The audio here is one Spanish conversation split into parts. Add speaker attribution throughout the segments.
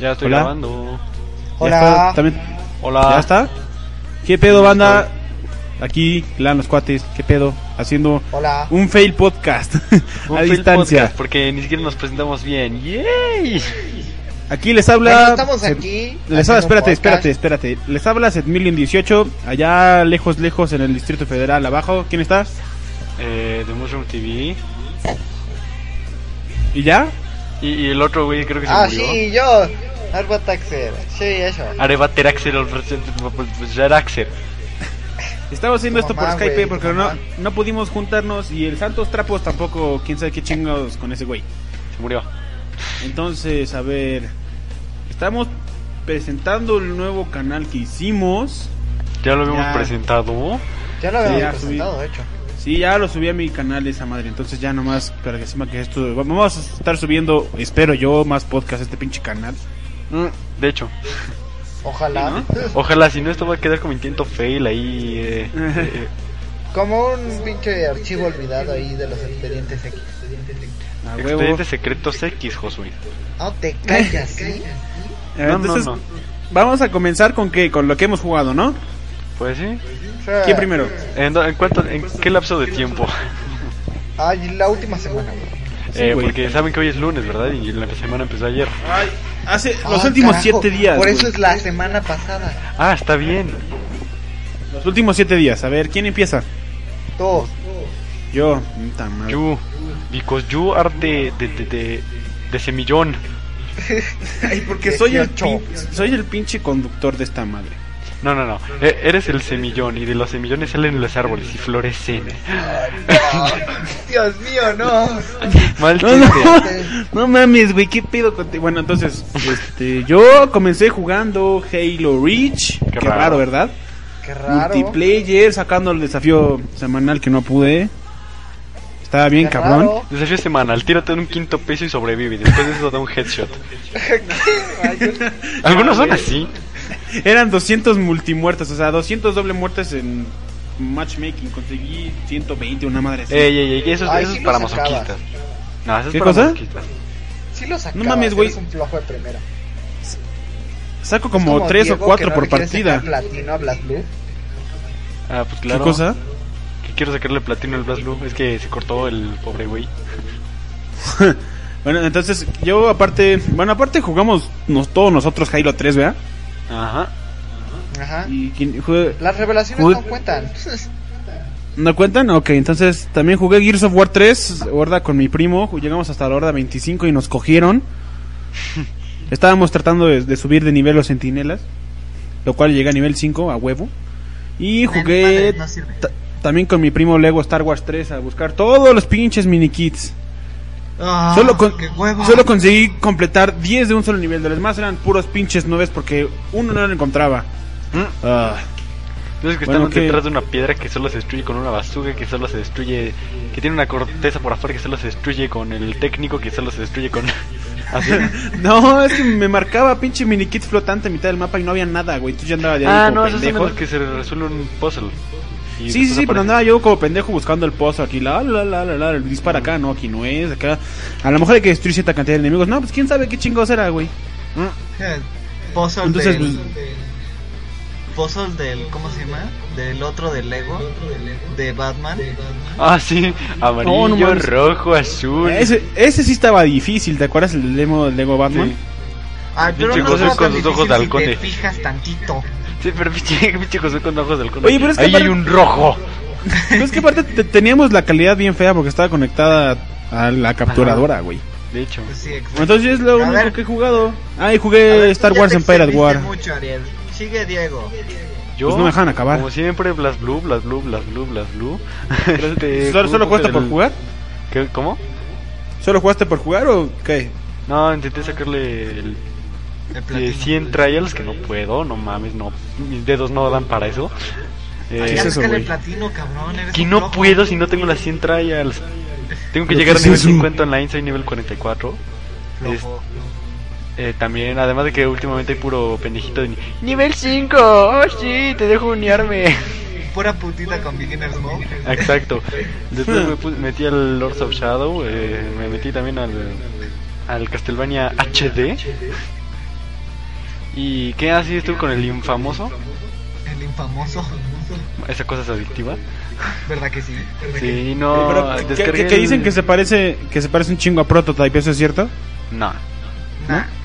Speaker 1: Ya estoy
Speaker 2: Hola.
Speaker 1: grabando.
Speaker 2: Ya está,
Speaker 3: Hola. Ah.
Speaker 2: también-
Speaker 1: Hola.
Speaker 2: ¿Ya está? ¿Qué pedo, banda? Aquí, clan, los cuates, ¿qué pedo? Haciendo
Speaker 3: Hola.
Speaker 2: un fail podcast
Speaker 1: Un
Speaker 2: a
Speaker 1: fail
Speaker 2: distancia.
Speaker 1: podcast, porque ni siquiera nos presentamos bien. ¡Yay!
Speaker 2: Aquí les habla.
Speaker 3: Bueno, estamos
Speaker 2: Set-
Speaker 3: aquí.
Speaker 2: Les
Speaker 3: haciendo
Speaker 2: habla, espérate,
Speaker 3: podcast.
Speaker 2: espérate, espérate. Les habla 7018, allá lejos, lejos en el Distrito Federal abajo. ¿Quién está?
Speaker 1: Eh, de Mushroom TV.
Speaker 2: ¿Y ya?
Speaker 1: Y, y el otro güey creo que se
Speaker 3: Ah,
Speaker 1: murió.
Speaker 3: sí, yo. Arba Taxer. Sí, eso.
Speaker 1: Areva Teraxer, el reciente- pues, Teraxer.
Speaker 2: Estamos haciendo
Speaker 3: Tu
Speaker 2: esto por
Speaker 3: mamá,
Speaker 2: Skype
Speaker 3: güey,
Speaker 2: porque
Speaker 3: tu
Speaker 2: no,
Speaker 3: mamá.
Speaker 2: no pudimos juntarnos y el Santos Trapos tampoco, quién sabe qué chingados con ese güey.
Speaker 1: Se murió.
Speaker 2: Entonces, a ver, estamos presentando el nuevo canal que hicimos.
Speaker 1: Ya lo habíamos
Speaker 2: Ya.
Speaker 1: presentado.
Speaker 3: Ya lo
Speaker 2: Sí,
Speaker 3: habíamos
Speaker 2: ya
Speaker 3: presentado,
Speaker 2: subí.
Speaker 3: de hecho.
Speaker 2: Sí, ya lo subí a mi canal esa madre, entonces ya nomás para que sepa que esto vamos a estar subiendo, espero yo, más podcast a este pinche canal.
Speaker 1: Mm, de hecho,
Speaker 3: Ojalá.
Speaker 1: ojalá si no esto va a quedar como intento fail ahí. eh, eh,
Speaker 3: Como un pinche archivo olvidado ahí de los expedientes X.
Speaker 2: A huevo.
Speaker 1: expedientes secretos X, Josué.
Speaker 3: No te callas, ¿sí?
Speaker 2: A ver,
Speaker 1: No, no,
Speaker 2: entonces,
Speaker 1: no.
Speaker 2: vamos a comenzar con que con lo que hemos jugado, ¿no?
Speaker 1: Pues sí.
Speaker 2: ¿Quién primero?
Speaker 1: ¿En, do- en cuánto, ¿En qué lapso de tiempo?
Speaker 3: Ay, la última semana, güey.
Speaker 2: Sí,
Speaker 1: Eh,
Speaker 2: güey.
Speaker 1: porque saben que hoy es lunes, ¿verdad? Y la semana empezó ayer.
Speaker 2: Hace los
Speaker 3: Ah,
Speaker 2: últimos
Speaker 3: carajo,
Speaker 2: siete días.
Speaker 3: Por
Speaker 2: güey.
Speaker 3: eso es la semana pasada.
Speaker 1: Ah, está bien.
Speaker 2: Los últimos siete días. A ver, ¿quién empieza?
Speaker 3: Tú.
Speaker 2: Yo. Puta madre.
Speaker 1: You, because you are the, the, the, the- the semillón.
Speaker 2: Ay, porque soy el,
Speaker 3: 18.
Speaker 2: pin- soy el pinche conductor de esta madre.
Speaker 1: No, no, no. E- eres el semillón y de los semillones salen los árboles y florecen.
Speaker 3: Dios mío, no.
Speaker 1: Mal
Speaker 2: No, no,
Speaker 1: chiste.
Speaker 2: no mames, güey, ¿qué pedo contigo? Bueno, entonces, este, yo comencé jugando Halo Reach. Qué,
Speaker 1: raro.
Speaker 2: raro. ¿verdad?
Speaker 3: Qué raro.
Speaker 2: Multiplayer, sacando el desafío semanal que no pude. Estaba bien,
Speaker 3: Qué
Speaker 2: cabrón.
Speaker 3: raro.
Speaker 1: Desafío semanal, tírate de un quinto piso y sobrevive. Después de eso da un headshot. Algunos son así.
Speaker 2: Eran 200 multimuertes, o sea, 200 doble muertes en matchmaking. Conseguí 120, una madre así.
Speaker 1: Ey, ey, ey, eso, es-
Speaker 3: Ay,
Speaker 1: eso
Speaker 3: sí
Speaker 1: es
Speaker 3: los
Speaker 1: para
Speaker 3: acabas.
Speaker 1: masoquistas. No, eso es
Speaker 2: ¿Qué
Speaker 1: para
Speaker 2: cosa?
Speaker 1: masoquistas.
Speaker 3: Sí lo sacabas,
Speaker 2: No mames, güey.
Speaker 3: eres un flojo de primera.
Speaker 2: Saco
Speaker 3: Es
Speaker 2: como 3 o
Speaker 3: Diego,
Speaker 2: 4
Speaker 3: que no
Speaker 2: por
Speaker 3: le quiere
Speaker 2: partida.
Speaker 3: sacar Platino a BlazBlue.
Speaker 1: Ah, pues
Speaker 2: ¿Qué
Speaker 1: claro.
Speaker 2: cosa?
Speaker 1: Que quiero sacarle platino al BlazBlue. Es que se cortó el pobre güey.
Speaker 2: Bueno, entonces yo aparte, bueno, aparte jugamos nos, todos nosotros Halo 3, ¿verdad?
Speaker 1: Ajá.
Speaker 3: Ajá.
Speaker 2: Y quien juega-
Speaker 3: Las revelaciones
Speaker 2: Uy.
Speaker 3: no cuentan.
Speaker 2: ¿No cuentan? Ok, entonces también jugué Gears of War 3, Horda con mi primo, llegamos hasta la Horda 25 y nos cogieron. Estábamos tratando de, de subir de nivel los sentinelas, lo cual llegué a nivel 5 a huevo. Y jugué
Speaker 3: No sirve.
Speaker 2: ta- también con mi primo Lego Star Wars 3 a buscar todos los pinches mini kits.
Speaker 3: Ah,
Speaker 2: Solo, con-
Speaker 3: qué huevo.
Speaker 2: solo conseguí completar 10 de un solo nivel. De los más eran puros pinches 9 porque uno no lo encontraba.
Speaker 1: Mm.
Speaker 2: Ah,
Speaker 1: Entonces que
Speaker 2: Bueno,
Speaker 1: están
Speaker 2: ¿qué?
Speaker 1: detrás de una piedra que solo se destruye con una bazooka, que solo se destruye, que tiene una corteza por afuera que solo se destruye con el técnico, que solo se destruye con... Así.
Speaker 2: no, es que me marcaba pinche mini kit flotante en mitad del mapa y no había nada, güey. Entonces yo andaba de ahí
Speaker 1: ah,
Speaker 2: como
Speaker 1: no, esos son
Speaker 2: pendejo.
Speaker 1: los que se resuelve un puzzle. Y
Speaker 2: Sí, sí, sí,
Speaker 1: después
Speaker 2: pero
Speaker 1: aparece-
Speaker 2: andaba yo como pendejo buscando el pozo aquí. La, la, la, la, la, dispara acá, no, aquí no es, acá. A lo mejor hay que destruir cierta cantidad de enemigos. No, pues quién sabe qué chingados era, güey.
Speaker 1: Mm,
Speaker 3: Puzzle
Speaker 2: Entonces,
Speaker 3: del-
Speaker 2: pues,
Speaker 4: puzzle del. ¿Cómo se llama? Del otro de Lego. De Batman.
Speaker 1: Ah, sí, amarillo,
Speaker 2: No, no mames.
Speaker 1: rojo, azul.
Speaker 2: Ese, ese sí estaba difícil, ¿te acuerdas el Lego Lego Batman?
Speaker 1: Sí.
Speaker 4: Ah, pero
Speaker 1: Pinche
Speaker 4: no
Speaker 1: José
Speaker 4: estaba tan
Speaker 1: con sus ojos de
Speaker 4: difícil si te
Speaker 1: halcón.
Speaker 4: fijas tantito.
Speaker 1: Sí, pero pinche, pinche José con ojos del cono.
Speaker 2: Oye, pero es que
Speaker 1: Ahí hay
Speaker 2: aparte-
Speaker 1: un rojo.
Speaker 2: Pero es que aparte te- teníamos la calidad bien fea porque estaba conectada a la capturadora, güey.
Speaker 1: De hecho,
Speaker 4: Pues sí, exacto.
Speaker 2: Entonces es lo
Speaker 4: A
Speaker 2: único
Speaker 4: ver.
Speaker 2: que he jugado. Ah, y
Speaker 4: A
Speaker 2: jugué
Speaker 4: ver,
Speaker 2: Star
Speaker 4: ya
Speaker 2: Wars
Speaker 4: te
Speaker 2: Empire at
Speaker 4: extendiste
Speaker 2: War.
Speaker 4: mucho, Ariel. Sigue Diego.
Speaker 1: yo.
Speaker 2: Pues no me dejan acabar.
Speaker 1: Como siempre, Blas Blue, Blas Blue, Blas Blue, Blas Blue. Este,
Speaker 2: Eh, ¿Solo,
Speaker 1: jugué
Speaker 2: solo
Speaker 1: un
Speaker 2: jugaste
Speaker 1: poco
Speaker 2: por
Speaker 1: del-
Speaker 2: jugar?
Speaker 1: ¿Qué? ¿Cómo?
Speaker 2: ¿Solo jugaste por jugar o qué? Eh,
Speaker 1: No, intenté sacarle el
Speaker 4: El
Speaker 1: de
Speaker 4: platino. pues.
Speaker 1: 100 Eh, trials que no puedo, no mames, no. Mis dedos no dan para eso.
Speaker 4: Ya
Speaker 1: Eh,
Speaker 2: es eso,
Speaker 4: sácale
Speaker 2: güey?
Speaker 4: platino, cabrón. eres
Speaker 1: Que
Speaker 4: un
Speaker 1: no
Speaker 4: flojo.
Speaker 1: puedo si no tengo las 100 trials. Tengo que
Speaker 2: Pero
Speaker 1: llegar a
Speaker 2: ¿qué es
Speaker 1: nivel
Speaker 2: eso?
Speaker 1: 50 online, soy nivel 44. Es-
Speaker 4: Flojo.
Speaker 1: eh, también, además de que últimamente hay puro pendejito de ni- nivel 5. Oh, sí, te dejo uniarme.
Speaker 4: Pura putita con Beginner's Mode.
Speaker 1: Exacto. Después me pu- metí al Lords of Shadow, eh, me metí también al, al Castlevania HD. ¿Y qué así estuve con el infamoso?
Speaker 4: El infamoso.
Speaker 1: Esa cosa es adictiva.
Speaker 4: ¿Verdad que sí? ¿Verdad que
Speaker 1: Sí, no.
Speaker 2: Pero, ¿qué-
Speaker 1: descargué
Speaker 2: qué- qué dicen
Speaker 1: el-
Speaker 2: que se parece que se parece un chingo a Prototype? ¿Eso es cierto?
Speaker 1: No,
Speaker 4: Nah.
Speaker 1: no.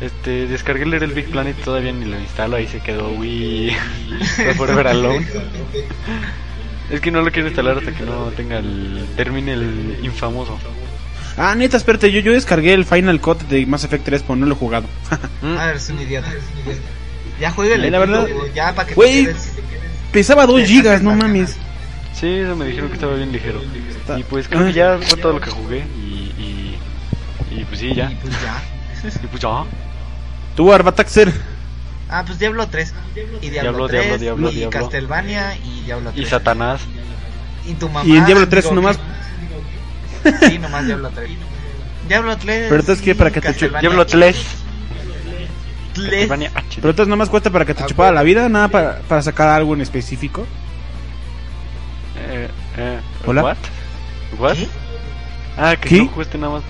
Speaker 1: Este, descargué el Little Big Planet, todavía ni lo instalo, ahí se quedó Wii Forever Alone. Es que no lo quiero instalar hasta que no tenga el. termine el infamoso.
Speaker 2: Ah, neta, espérate, yo, yo descargué el Final Cut de Mass Effect 3, pero no lo he jugado.
Speaker 1: Mm.
Speaker 4: Ah, eres un idiota. Ya juega el
Speaker 2: Ahí la verdad-
Speaker 4: epílogo, ya para que
Speaker 2: Güey.
Speaker 4: te quedes.
Speaker 2: Pesaba 2
Speaker 4: Dejaste
Speaker 2: gigas, no
Speaker 4: las
Speaker 2: mames.
Speaker 1: Sí, eso me dijeron que estaba bien ligero.
Speaker 2: Ah.
Speaker 1: Y pues creo que ya fue todo lo que jugué. Y. y, y pues sí, ya.
Speaker 4: Y pues ya.
Speaker 1: Y pues ya.
Speaker 2: Tú, Arbataxer.
Speaker 4: Ah, pues Diablo 3. Y
Speaker 1: Diablo,
Speaker 4: Diablo, 3.
Speaker 1: Diablo, Diablo,
Speaker 4: y
Speaker 1: Diablo.
Speaker 4: Castlevania y Diablo 3.
Speaker 1: Y Satanás.
Speaker 4: Y tu mamá.
Speaker 2: Y en Diablo 3
Speaker 4: digo,
Speaker 2: nomás.
Speaker 4: que- Sí, nomás Diablo 3. Diablo 3.
Speaker 2: Pero entonces, ¿qué?
Speaker 4: y
Speaker 2: Para que te chu-
Speaker 4: Castlevania
Speaker 1: Diablo ah, 3.
Speaker 4: 3.
Speaker 1: Castlevania HD.
Speaker 2: Pero entonces nomás cuesta para que te
Speaker 4: Ah,
Speaker 2: chupara
Speaker 4: bueno.
Speaker 2: la vida, nada para, para sacar algo en específico.
Speaker 1: Eh, eh,
Speaker 2: Hola.
Speaker 1: What? What?
Speaker 4: ¿Qué?
Speaker 1: Ah, que
Speaker 2: ¿Qué?
Speaker 1: no jugaste nada más.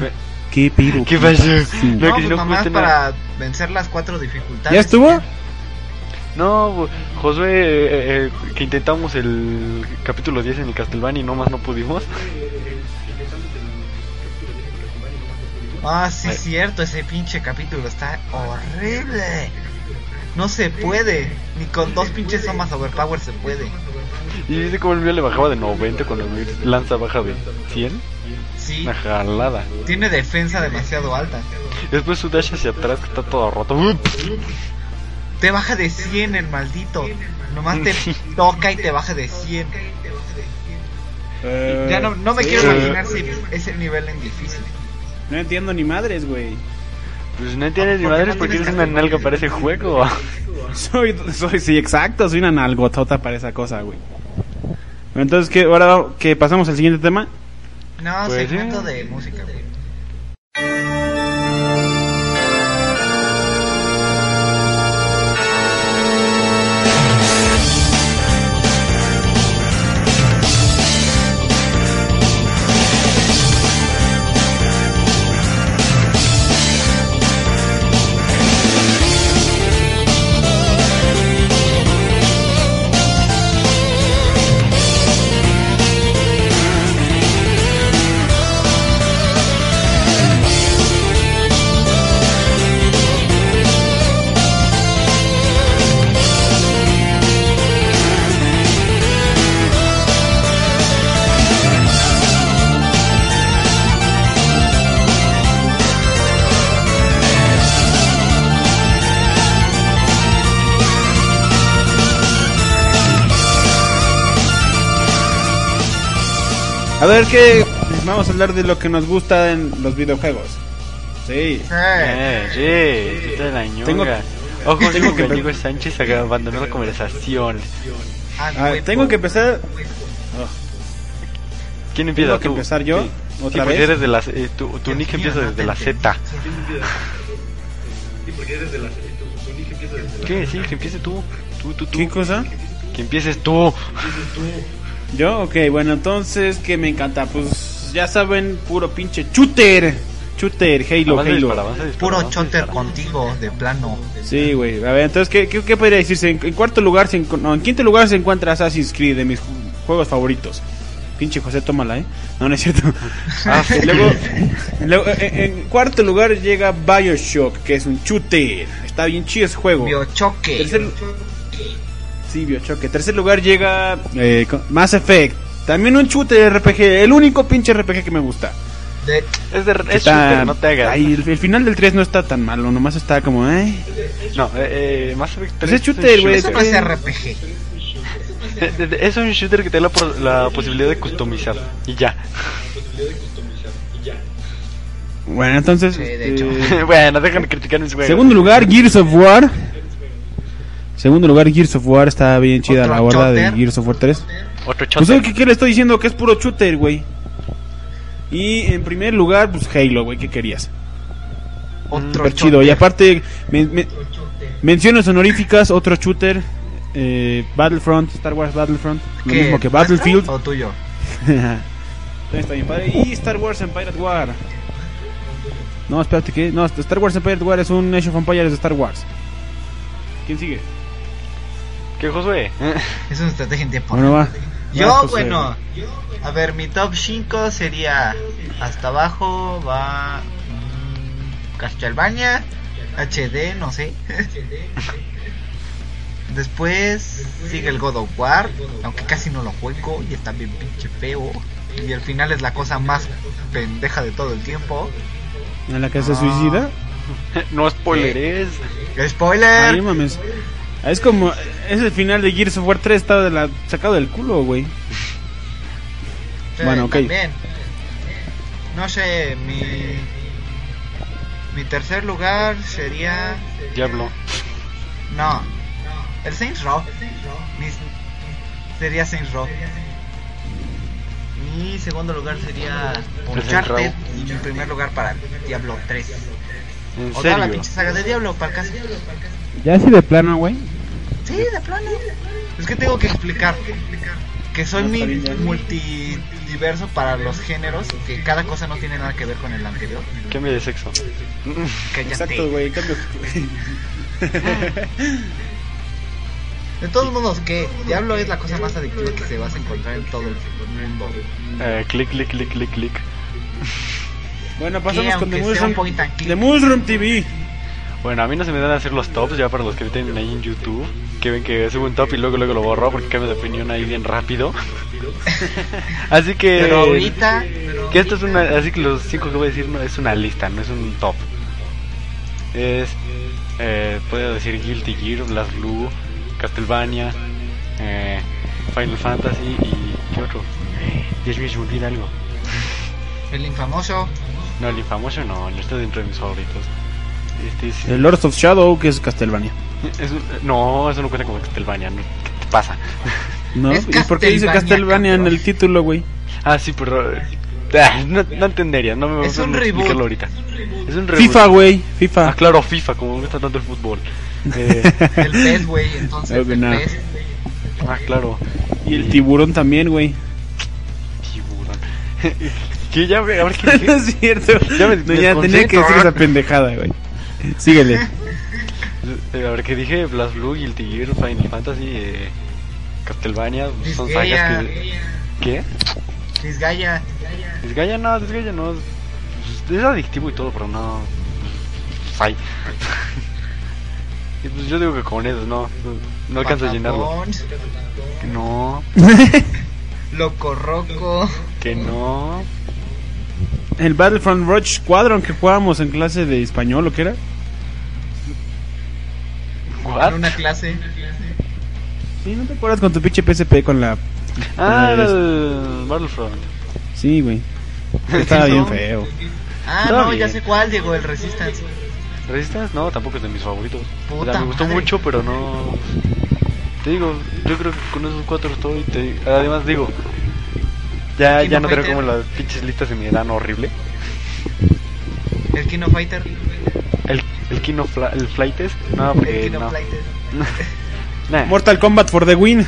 Speaker 1: Fue-
Speaker 2: ¿Qué piro?
Speaker 1: ¿Qué pasó?
Speaker 2: No,
Speaker 1: No,
Speaker 4: No,
Speaker 1: que si
Speaker 4: pues
Speaker 1: no
Speaker 4: nomás
Speaker 1: jugaste nada.
Speaker 4: para vencer las cuatro dificultades.
Speaker 2: ¿Ya estuvo?
Speaker 1: No, bo- Josué, eh, eh, que intentamos el capítulo 10 en el Castlevania y no más no pudimos.
Speaker 4: Ah, sí,
Speaker 1: Ay.
Speaker 4: es cierto, ese pinche capítulo está horrible. No se puede, ni con dos pinches somas overpower se puede.
Speaker 1: Y dice como el mío le bajaba de 90 cuando mi lanza baja de 100.
Speaker 4: Sí,
Speaker 1: Una jalada.
Speaker 4: tiene defensa demasiado alta.
Speaker 1: Después su dash hacia atrás que está todo roto.
Speaker 4: Te baja de 100 el maldito. Nomás te toca y te baja de 100. Ya no, no me quiero
Speaker 1: sí.
Speaker 4: imaginar si ese nivel es difícil.
Speaker 2: No entiendo ni madres, güey.
Speaker 1: Pues no entiendes ni
Speaker 4: ¿Por qué
Speaker 1: madres
Speaker 4: no
Speaker 1: porque
Speaker 4: tienes
Speaker 1: eres una
Speaker 4: Castlevania?
Speaker 1: nalga para ese juego.
Speaker 2: Soy, soy, sí, exacto, soy una nalgotota para esa cosa, güey. Entonces, ¿qué? Ahora que pasamos al siguiente tema.
Speaker 4: No,
Speaker 1: Pues
Speaker 4: segmento
Speaker 1: sí.
Speaker 4: de música, güey.
Speaker 2: A ver, ¿qué? Pues Vamos a hablar de lo que nos gusta en los videojuegos. Sí.
Speaker 4: Eh,
Speaker 1: Eh, sí, tú te la ñonga.
Speaker 2: Tengo-
Speaker 1: Ojo,
Speaker 2: tengo
Speaker 1: tengo
Speaker 2: que-
Speaker 1: que Diego Sánchez abandonó la conversación.
Speaker 4: ah,
Speaker 2: Ah,
Speaker 4: güey,
Speaker 2: tengo que empezar.
Speaker 1: ¿Quién empieza?
Speaker 2: ¿Tengo que
Speaker 1: ¿Tú?
Speaker 2: empezar yo?
Speaker 1: Sí. Sí,
Speaker 2: ¿Otra
Speaker 1: porque
Speaker 2: vez?
Speaker 1: eres de la, eh, tu, tu
Speaker 4: Dios
Speaker 1: nick
Speaker 4: mío,
Speaker 1: empieza
Speaker 4: no
Speaker 1: desde
Speaker 4: te
Speaker 1: la
Speaker 4: entiendo.
Speaker 1: Z. ¿Qué? Sí, que empiece tú. Tú, tú, tú.
Speaker 2: ¿Qué cosa?
Speaker 1: Que empieces tú.
Speaker 2: ¿Yo? Ok, bueno, entonces, ¿qué me encanta? Pues ya saben, puro pinche shooter. Shooter, Halo,
Speaker 1: Avanza, dispara,
Speaker 2: Halo.
Speaker 1: avanza, dispara,
Speaker 4: Puro
Speaker 1: avanza,
Speaker 4: chotter
Speaker 1: dispara.
Speaker 4: contigo, de plano.
Speaker 2: Sí, güey. A ver, entonces, ¿qué, qué, qué podría decirse? En, en cuarto lugar, se encu- no, en quinto lugar se encuentra Assassin's Creed, de mis ju- juegos favoritos. Pinche José, tómala, ¿eh? No, no es cierto.
Speaker 1: Ah,
Speaker 2: Y luego, luego, en, en cuarto lugar llega Bioshock, que es un shooter. Está bien chido ese juego. Tercer,
Speaker 4: Biochoque.
Speaker 2: sí, Biochoque. Tercer lugar llega eh, con- Mass Effect. También un shooter RPG. El único pinche RPG que me gusta.
Speaker 4: De-
Speaker 1: Es de es
Speaker 2: Está-
Speaker 1: shooter, no te hagas.
Speaker 2: Ay, el, el final del 3 no está tan malo, nomás está como, eh.
Speaker 1: No, eh, eh, Mass Effect
Speaker 2: Pues
Speaker 1: 3
Speaker 2: es shooter, güey.
Speaker 4: Eso no es RPG.
Speaker 1: Eh, Es un shooter que te da la, pro- la posibilidad de customizar y ya.
Speaker 2: Bueno, entonces.
Speaker 4: Sí,
Speaker 2: este,
Speaker 4: de hecho.
Speaker 1: bueno, dejan de criticar mis juegos.
Speaker 2: segundo lugar, Gears of War. Segundo lugar, Gears of War. Está bien chida
Speaker 4: Otro
Speaker 2: la horda de
Speaker 4: shooter.
Speaker 2: Gears of War 3.
Speaker 1: Otro shot.
Speaker 2: Pues ¿sabe ¿qué, qué le estoy diciendo? Que es puro shooter, güey. Y en primer lugar, pues Halo, güey, ¿qué querías?
Speaker 4: Otro
Speaker 2: Súper chido. Y
Speaker 4: shooter.
Speaker 2: aparte, me- me- menciones honoríficas, otro shooter, eh, Battlefront, Star Wars Battlefront, lo
Speaker 4: ¿Qué? Ah.
Speaker 2: mismo que Battlefield.
Speaker 4: ¿O tuyo?
Speaker 2: También está bien padre. Y Star Wars Empire at War. No, espérate, ¿qué? No, Star Wars Empire at War es un Age of Empires de Star Wars. ¿Quién sigue?
Speaker 1: ¿Qué Josué?
Speaker 4: Es una estrategia en tiempo.
Speaker 2: Bueno, va. pues, eh.
Speaker 4: Yo,
Speaker 2: Vas, José.
Speaker 4: bueno, a ver, mi top 5 sería hasta abajo va mm, Castlevania, HD, no sé. Después sigue el God of War, aunque casi no lo juego y está bien pinche feo. Y el final es la cosa más pendeja de todo el tiempo.
Speaker 2: ¿En la que se
Speaker 4: Ah.
Speaker 2: suicida?
Speaker 1: no spoileres.
Speaker 2: Ay,
Speaker 4: ¡Spoiler!
Speaker 2: no mames. Ah, Es como. Es el final de Gears of War 3. Está de la, sacado del culo, güey.
Speaker 4: Sí,
Speaker 2: bueno, ok.
Speaker 4: también. No sé, mi. Mi tercer lugar sería.
Speaker 1: Diablo.
Speaker 4: No. El Saints Row. Mi- Sería Saints Row. Mi segundo lugar sería
Speaker 1: Saints
Speaker 4: Uncharted.
Speaker 1: Row.
Speaker 4: Y mi primer lugar para Diablo 3.
Speaker 1: En
Speaker 4: O toda la
Speaker 1: serio.
Speaker 4: pinche saga de Diablo, para casi.
Speaker 2: Ya así de plano, güey.
Speaker 4: Sí, de plano. Es que tengo que explicar que soy
Speaker 2: No,
Speaker 4: mi
Speaker 2: está bien, ya.
Speaker 4: multidiverso para los géneros, que cada cosa no tiene nada que ver con el anterior.
Speaker 1: Cambia de sexo.
Speaker 4: Cállate.
Speaker 2: Exacto, güey. Cambio.
Speaker 4: De todos modos, que Diablo es la cosa más adictiva que se vas a encontrar en todo el mundo.
Speaker 1: Eh, clic, clic, clic, clic, clic.
Speaker 2: bueno, pasamos
Speaker 4: Que
Speaker 2: con The
Speaker 4: aunque sea un
Speaker 2: Mushroom,
Speaker 4: point and click.
Speaker 2: The Mushroom TV.
Speaker 1: Bueno, a mí no se me dan a hacer los tops ya para los que tienen ahí en YouTube. Que ven que subo un top y luego luego lo borro porque cambio de opinión ahí bien rápido. Así que.
Speaker 4: Pero ahorita,
Speaker 1: Que esto es una. Así que los cinco que voy a decir no es una lista, no es un top. Es. Eh, puedo decir Guilty Gear, Blast Blue, Castlevania, eh, Final Fantasy y. ¿Qué otro? Dios mío, se me olvida algo.
Speaker 4: el infamoso,
Speaker 1: No, el infamoso no, no está dentro de mis favoritos. Este es.
Speaker 2: El Lords of Shadow, que es Castlevania.
Speaker 1: es un- no, eso no cuenta como Castlevania, ¿no? ¿qué te pasa?
Speaker 2: ¿No?
Speaker 4: Es
Speaker 2: ¿Y por qué dice
Speaker 4: Castlevania,
Speaker 2: Castlevania en
Speaker 4: cabrón.
Speaker 2: el título, güey?
Speaker 1: Ah, sí, pero. eh, ah, no, no entendería, no me voy a
Speaker 4: Es un reboot.
Speaker 1: explicarlo ahorita. Es un reboot.
Speaker 2: FIFA, güey. FIFA.
Speaker 1: Ah, claro, FIFA, como me gusta tanto el fútbol. Eh,
Speaker 4: el pez, güey, entonces
Speaker 2: Creo que
Speaker 4: el
Speaker 2: no.
Speaker 4: pez.
Speaker 1: ah, claro.
Speaker 2: y el tiburón también, güey.
Speaker 1: Tiburón. que ya ve, a ver qué
Speaker 2: no
Speaker 1: dije.
Speaker 2: es cierto.
Speaker 1: Ya
Speaker 2: Ya,
Speaker 1: me
Speaker 2: no, ya tenía que
Speaker 1: desconcentro,
Speaker 2: decir
Speaker 1: ¿verdad?
Speaker 2: esa pendejada, güey. Síguele.
Speaker 1: Eh, A ver qué dije, Blast Blue, Guilty Gear, Final Fantasy, eh, Castlevania, son
Speaker 4: Disgaea,
Speaker 1: sagas que... ¿Qué?
Speaker 4: Disgaea,
Speaker 1: Desgaya no, desgaya no. Pues, Es adictivo y todo, pero no... pues, Ay. Y pues yo digo que con eso, no. no- No alcanza a llenarlo.
Speaker 4: Patapons,
Speaker 1: Que no,
Speaker 4: Loco Roco,
Speaker 1: que no.
Speaker 2: El Battlefront Roach Squadron que jugábamos en clase de español, ¿o qué era?
Speaker 1: ¿What? ¿Ah?
Speaker 4: en una clase.
Speaker 2: Sí, ¿no te acuerdas con tu pinche PSP con la...
Speaker 1: Ah,
Speaker 2: Una de
Speaker 4: este.
Speaker 1: el Battlefront.
Speaker 2: Sí, güey. Estaba
Speaker 1: Sí,
Speaker 2: bien
Speaker 1: ¿no?
Speaker 2: feo.
Speaker 4: Ah,
Speaker 1: Está
Speaker 4: no, ya
Speaker 1: bien.
Speaker 4: sé cuál, Diego, el Resistance.
Speaker 1: ¿Resistance? No, tampoco es de mis favoritos. O sea,
Speaker 4: Puta
Speaker 1: me gustó
Speaker 4: madre.
Speaker 1: mucho, pero no. Te digo, yo creo que con esos cuatro estoy. Te... Además, digo, ya,
Speaker 4: King
Speaker 1: ya
Speaker 4: of
Speaker 1: no tengo
Speaker 4: Fighter.
Speaker 1: como las pinches listas de mi edad horrible.
Speaker 4: El Kino Fighter,
Speaker 1: El, el Kino Fla- el Flightes, no,
Speaker 4: el
Speaker 1: porque
Speaker 4: Kino
Speaker 1: Eh, no.
Speaker 4: Fighter.
Speaker 1: Nah,
Speaker 2: Mortal Kombat for the win.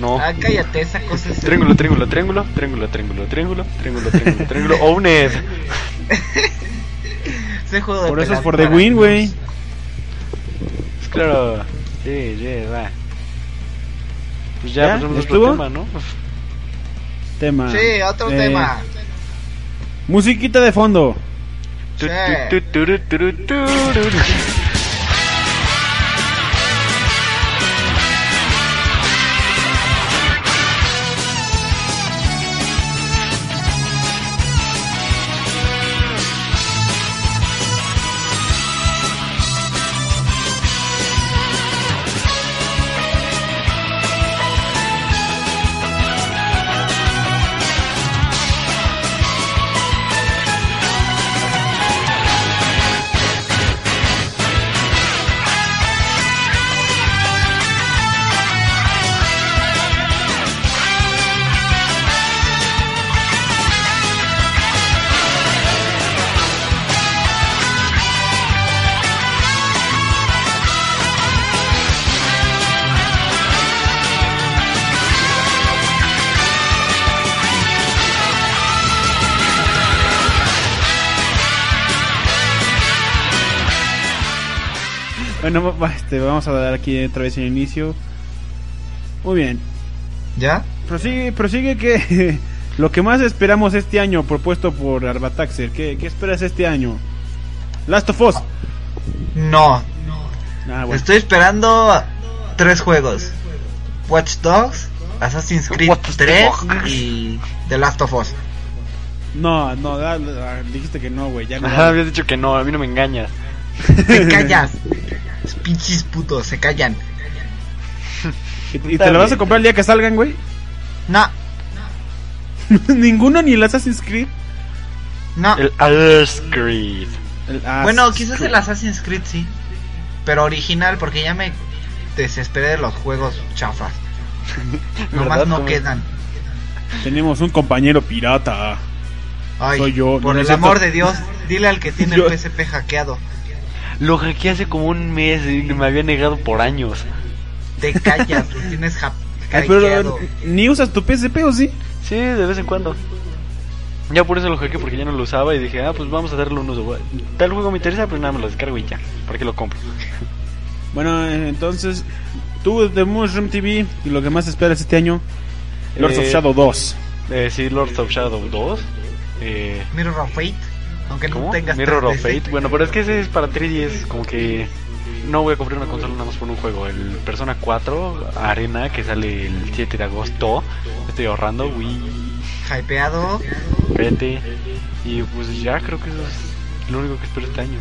Speaker 1: no.
Speaker 4: Ah, cállate, esa cosa es.
Speaker 1: Triángulo, triángulo, E. triángulo, triángulo, triángulo, triángulo, triángulo, triángulo, triángulo, Owned.
Speaker 4: juego de
Speaker 2: Por eso es
Speaker 4: peladita
Speaker 2: for the
Speaker 4: de
Speaker 2: win, güey.
Speaker 4: amigos.
Speaker 1: Pues claro. Sí, sí, va. Pues ya,
Speaker 2: ¿Ya?
Speaker 1: pasamos a
Speaker 2: ¿Estuvo?
Speaker 1: otro tema, ¿no?
Speaker 2: Tema.
Speaker 4: Sí, otro
Speaker 2: Eh,
Speaker 4: tema.
Speaker 2: Musiquita de fondo.
Speaker 1: Tu,
Speaker 4: Sí.
Speaker 1: tu, tu, tu, tu, tu, tu, tu.
Speaker 2: Bueno, va- va, este, vamos a dar aquí otra vez el inicio. Muy bien.
Speaker 4: ¿Ya?
Speaker 2: Prosigue, prosigue que lo que más esperamos este año, propuesto por Arbataxer. ¿Qué, qué esperas este año? Last of Us.
Speaker 4: No.
Speaker 2: Ah, bueno.
Speaker 4: Estoy esperando tres juegos. Watch Dogs, Assassin's Creed
Speaker 1: Watch
Speaker 4: 3
Speaker 1: Dogs.
Speaker 4: y The Last of Us.
Speaker 2: No, no, da- da- dijiste que no, güey. Ya no.
Speaker 1: Ajá, Ah, habías dicho que no, a mí no me engañas.
Speaker 4: Se callan. Pinches putos, se callan.
Speaker 2: ¿Y te lo vas a comprar el día que salgan, güey?
Speaker 4: No,
Speaker 2: Ninguno ni el Assassin's Creed.
Speaker 4: no.
Speaker 1: El Earth Creed.
Speaker 2: El Assassin's
Speaker 4: Bueno, quizás
Speaker 2: Creed.
Speaker 4: el Assassin's Creed sí. Pero original, porque ya me desesperé de los juegos chafas. Nomás
Speaker 1: ¿Verdad?
Speaker 4: no
Speaker 1: Como-
Speaker 4: quedan.
Speaker 2: Tenemos un compañero pirata.
Speaker 4: Ay,
Speaker 2: Soy yo,
Speaker 4: por
Speaker 2: no, no
Speaker 4: el
Speaker 2: es cierto.
Speaker 4: amor de Dios, dile al que tiene
Speaker 2: Yo-
Speaker 4: el PSP hackeado.
Speaker 1: Lo hackeé hace como un mes y me había negado por años.
Speaker 4: Te callas, lo tienes ha-
Speaker 2: Ay, pero
Speaker 4: hackeado.
Speaker 2: ni usas tu PSP o sí.
Speaker 1: Sí, de vez en cuando. Ya por eso lo hackeé porque ya no lo usaba y dije, ah, pues vamos a darle un uso. Tal juego me interesa, pues nada, me lo descargo y ya. ¿Para qué lo compro?
Speaker 2: Bueno, eh, entonces, tú de Mushroom TV, y lo que más esperas este año, Lords of
Speaker 1: Eh,
Speaker 2: Shadow 2.
Speaker 1: Eh, sí, Lords of Shadow 2. Eh,
Speaker 4: Mirror of Fate, aunque no
Speaker 1: ¿Cómo?
Speaker 4: tengas
Speaker 1: Mirror of
Speaker 4: 3DS.
Speaker 1: Fate. Bueno, pero es que ese es para 3DS. Como que no voy a comprar una consola nada más por un juego. El Persona 4 Arena que sale el 7 de agosto. Estoy ahorrando, Wii,
Speaker 4: Hypeado,
Speaker 1: vete. Y pues ya creo que eso es lo único que espero este año.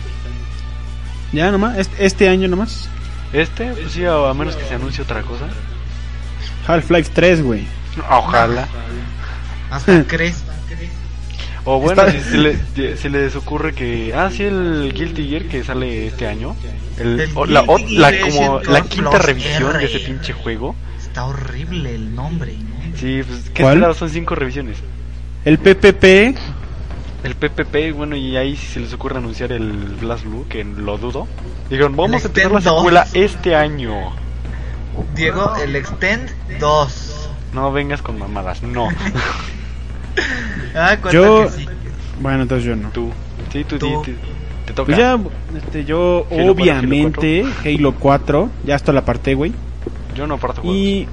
Speaker 2: Ya nomás, este, este año nomás.
Speaker 1: Este, pues sí, a, a menos que se anuncie otra cosa.
Speaker 2: Half-Life 3, güey.
Speaker 1: Ojalá.
Speaker 4: hasta crees.
Speaker 1: O bueno,
Speaker 2: Está-
Speaker 1: si, si le- si les ocurre que. Ah, sí, el Guilty Gear que sale este año. El-
Speaker 4: El
Speaker 1: o la, o-
Speaker 4: Guilty
Speaker 1: la-
Speaker 4: Gear
Speaker 1: como
Speaker 4: Second
Speaker 1: la quinta
Speaker 4: Plus
Speaker 1: revisión de
Speaker 4: R.
Speaker 1: ese pinche juego.
Speaker 4: Está horrible el nombre. ¿no?
Speaker 1: Sí, pues, ¿qué
Speaker 2: ¿Cuál?
Speaker 1: esperar? Son cinco revisiones.
Speaker 2: El PPP,
Speaker 1: El PPP, bueno, y ahí si se les ocurre anunciar el Blast Blue, que lo dudo. Dijeron, vamos a empezar la
Speaker 4: Nintendo.
Speaker 1: secuela este año.
Speaker 4: Diego, el Extend 2.
Speaker 1: No vengas con mamadas, no.
Speaker 4: Ah, cuenta
Speaker 2: Yo-
Speaker 4: que sí.
Speaker 2: bueno, entonces yo no.
Speaker 1: tú, sí, tú,
Speaker 4: Tú.
Speaker 1: di- Te, te toca.
Speaker 2: Pues ya, este, yo
Speaker 1: Halo cuatro,
Speaker 2: obviamente, Halo 4. ya hasta la aparté, güey.
Speaker 1: Yo no aparto juegos.
Speaker 2: Y...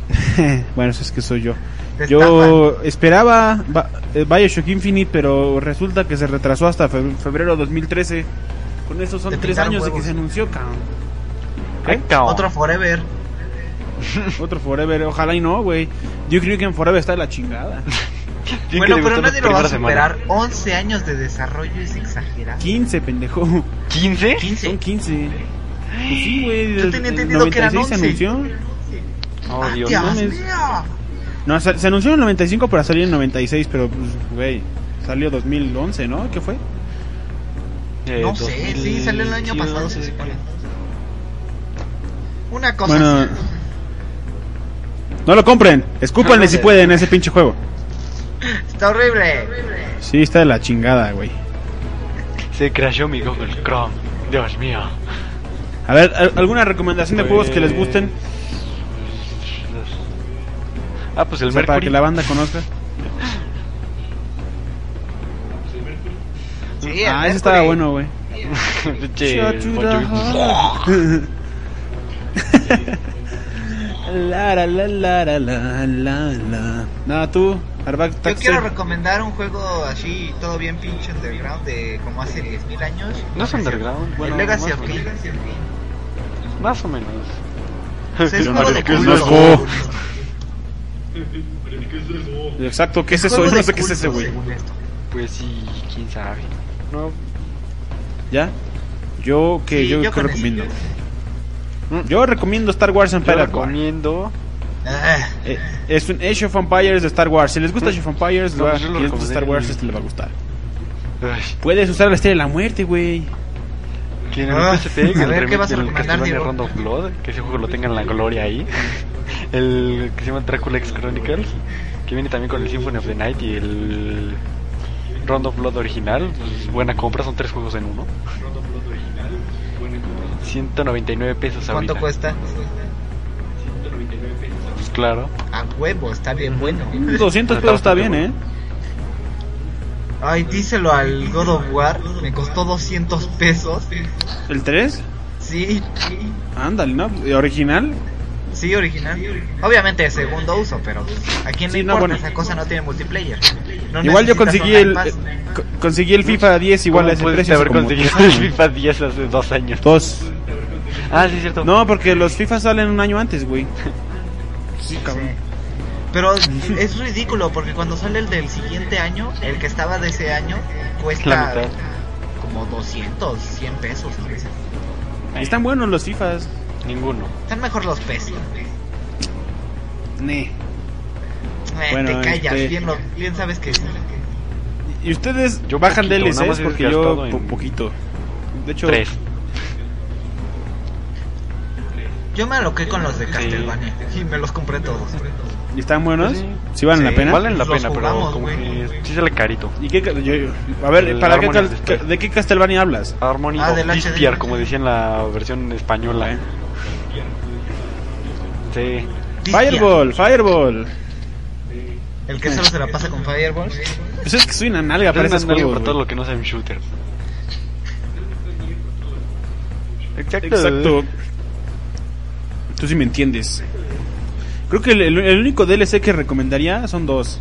Speaker 2: bueno, eso es que soy yo.
Speaker 4: Te
Speaker 2: Yo esperaba Ba- eh, Bioshock Infinite, pero resulta que se retrasó hasta fe- febrero 2013. Con eso son
Speaker 4: Te
Speaker 2: tres
Speaker 4: picaron
Speaker 2: años de que
Speaker 4: huevos.
Speaker 2: se anunció, cabrón.
Speaker 1: Ay, cabrón.
Speaker 4: Otro Forever.
Speaker 2: Otro Forever, ojalá y no, güey. Duke Nukem Forever está de la chingada.
Speaker 1: Tienen que
Speaker 4: Bueno, pero
Speaker 1: debutar la
Speaker 4: nadie lo va
Speaker 1: primera
Speaker 4: a
Speaker 1: semana.
Speaker 4: superar. 11 años de desarrollo es exagerado.
Speaker 2: 15, pendejo.
Speaker 1: ¿15?
Speaker 2: Son
Speaker 4: 15.
Speaker 2: 15. Pues sí, güey.
Speaker 4: Yo
Speaker 2: del-
Speaker 4: tenía
Speaker 2: del
Speaker 4: entendido que eran
Speaker 2: 96 se
Speaker 4: 11.
Speaker 2: anunció.
Speaker 1: Oh,
Speaker 4: Ah,
Speaker 1: Dios.
Speaker 4: Dios
Speaker 1: no.
Speaker 2: mames.
Speaker 4: mío.
Speaker 2: No, se, se anunció en el 95 para salir en 96, pero, pues, güey, salió 2011, ¿no? ¿Qué fue?
Speaker 1: Eh,
Speaker 4: No sé, sí, salió el año
Speaker 1: 2011,
Speaker 4: pasado. se
Speaker 1: sí,
Speaker 4: supone. Una cosa.
Speaker 2: Bueno,
Speaker 4: así.
Speaker 2: no lo compren. Escúpanle si pueden ese pinche juego.
Speaker 4: Está horrible.
Speaker 2: Sí, está de la chingada, güey.
Speaker 1: Se crashó mi Google Chrome. Dios mío.
Speaker 2: A ver, ¿al- ¿alguna recomendación de juegos que les gusten?
Speaker 1: Ah, pues
Speaker 2: O
Speaker 1: el
Speaker 2: sea, para
Speaker 1: Mercury.
Speaker 2: que la banda conozca.
Speaker 4: Sí, Sí, el
Speaker 2: Ah, ese estaba
Speaker 4: Mercury.
Speaker 2: bueno, güey.
Speaker 1: Che,
Speaker 2: Shot to
Speaker 1: Poncho
Speaker 2: the heart. La, la, la, la, la, la, la, la. No, tú, Arbac,
Speaker 4: Yo
Speaker 2: Taxi.
Speaker 4: quiero recomendar un juego así, todo bien pinche underground de como hace 10.000 años.
Speaker 1: No es underground, bueno,
Speaker 4: el Legacy
Speaker 1: más
Speaker 4: of
Speaker 1: o menos.
Speaker 4: Kings.
Speaker 1: Más o menos.
Speaker 4: O sea, es
Speaker 1: Pero
Speaker 4: juego
Speaker 1: no
Speaker 4: de
Speaker 1: es que es
Speaker 4: culto.
Speaker 2: nuevo. Exacto, ¿qué es eso? Yo
Speaker 4: Juego
Speaker 2: no
Speaker 4: de
Speaker 2: sé qué es
Speaker 4: culto,
Speaker 2: ese, güey.
Speaker 4: según esto.
Speaker 1: Pues sí, quién sabe. No,
Speaker 2: ¿Ya? Yo, que
Speaker 4: Sí,
Speaker 2: yo,
Speaker 4: yo
Speaker 2: ¿qué
Speaker 4: con
Speaker 2: recomiendo.
Speaker 4: ese.
Speaker 1: Mm.
Speaker 2: Yo recomiendo Star Wars
Speaker 1: yo
Speaker 2: Empire at War.
Speaker 1: recomiendo.
Speaker 4: Ah,
Speaker 2: Eh, es un Age of Empires de Star Wars. Si les gusta Age of Empires,
Speaker 1: No,
Speaker 2: lo-
Speaker 1: pues
Speaker 2: si
Speaker 1: yo lo
Speaker 2: les gusta
Speaker 1: recomendé
Speaker 2: Star Wars,
Speaker 1: en-
Speaker 2: este le va a gustar.
Speaker 1: Ay,
Speaker 2: Puedes usar la estrella de la muerte, güey.
Speaker 1: que en el
Speaker 4: Ah,
Speaker 1: PSP, que
Speaker 4: a
Speaker 1: el
Speaker 4: ver, ¿qué
Speaker 1: remake
Speaker 4: vas a
Speaker 1: del
Speaker 4: recomendar,
Speaker 1: Castlevania
Speaker 4: Diego?
Speaker 1: Round of Blood, que ese juego lo tenga en la gloria ahí. El que se llama Dracula X Chronicles, que viene también con el Symphony of the Night y el Round of Blood original. Pues, buena compra, son tres juegos en uno. 199 pesos ahorita.
Speaker 4: ¿Cuánto cuesta?
Speaker 1: Pues claro.
Speaker 4: A huevo, está bien bueno.
Speaker 2: 200 pesos está bien, ¿eh?
Speaker 4: Ay, díselo al God of War, me costó 200 pesos.
Speaker 2: ¿eh? ¿El 3?
Speaker 4: Sí, sí,
Speaker 2: Ándale, ¿no? ¿Original?
Speaker 4: sí, original. Obviamente de segundo uso, pero a quién le
Speaker 2: Sí, no,
Speaker 4: importa,
Speaker 2: bueno.
Speaker 4: esa cosa no tiene multiplayer. No
Speaker 2: igual yo
Speaker 4: necesitas
Speaker 2: conseguí
Speaker 4: online
Speaker 2: el,
Speaker 4: pass.
Speaker 2: eh, co- conseguí el FIFA 10 igual a
Speaker 1: ¿Cómo
Speaker 2: ese
Speaker 1: pudiste
Speaker 2: precio.
Speaker 1: haber
Speaker 2: hace como
Speaker 1: conseguido el
Speaker 2: tres años.
Speaker 1: FIFA 10 hace dos años.
Speaker 2: Dos.
Speaker 1: Ah, sí, es cierto.
Speaker 2: No, porque los FIFA salen un año antes, güey. Sí, cabrón.
Speaker 4: Pero es ridículo porque cuando sale el del siguiente año, el que estaba de ese año
Speaker 1: La
Speaker 4: cuesta
Speaker 1: mitad.
Speaker 4: como 200, 100 pesos a veces.
Speaker 2: Y Están buenos los FIFAs.
Speaker 1: Ninguno.
Speaker 4: Están mejor los pesos.
Speaker 2: Ne.
Speaker 4: Eh,
Speaker 2: Bueno,
Speaker 4: te callas,
Speaker 2: este-
Speaker 4: bien, lo- bien sabes que sí.
Speaker 2: Y ustedes
Speaker 1: Yo
Speaker 2: bajan
Speaker 1: poquito, nada más
Speaker 2: DLCs
Speaker 1: he
Speaker 2: porque yo
Speaker 1: gastado en-
Speaker 2: po- poquito. De hecho,
Speaker 1: Tres.
Speaker 4: Yo me aloqué con los de Castlevania y me los compré todos.
Speaker 2: ¿y ¿están buenos?
Speaker 1: Sí.
Speaker 2: ¿Sí valen
Speaker 4: Sí.
Speaker 2: la pena?
Speaker 1: Valen la
Speaker 4: Pues Los
Speaker 1: pena, pero
Speaker 4: jugamos,
Speaker 1: como
Speaker 4: güey.
Speaker 1: que sí sale carito.
Speaker 2: ¿Y qué, ca- yo- yo- a ver,
Speaker 1: El
Speaker 2: ¿para qué
Speaker 1: Harmony
Speaker 2: cal-
Speaker 1: of the Sky.
Speaker 2: ¿de qué Castlevania hablas?
Speaker 1: Harmony
Speaker 4: Ah,
Speaker 1: of
Speaker 4: del HD.
Speaker 1: Dispear, como decía en la versión española. ¿eh? Sí.
Speaker 2: Fireball, Fireball.
Speaker 4: El que solo se la pasa con Fireball.
Speaker 2: Pues es que soy una nalga para
Speaker 1: Para,
Speaker 2: esas
Speaker 1: para
Speaker 2: juegos,
Speaker 1: todo
Speaker 2: güey.
Speaker 1: lo que no sea un shooter. Exacto.
Speaker 2: Exacto. Tú sí me entiendes. Creo que el, el- el único DLC que recomendaría son dos.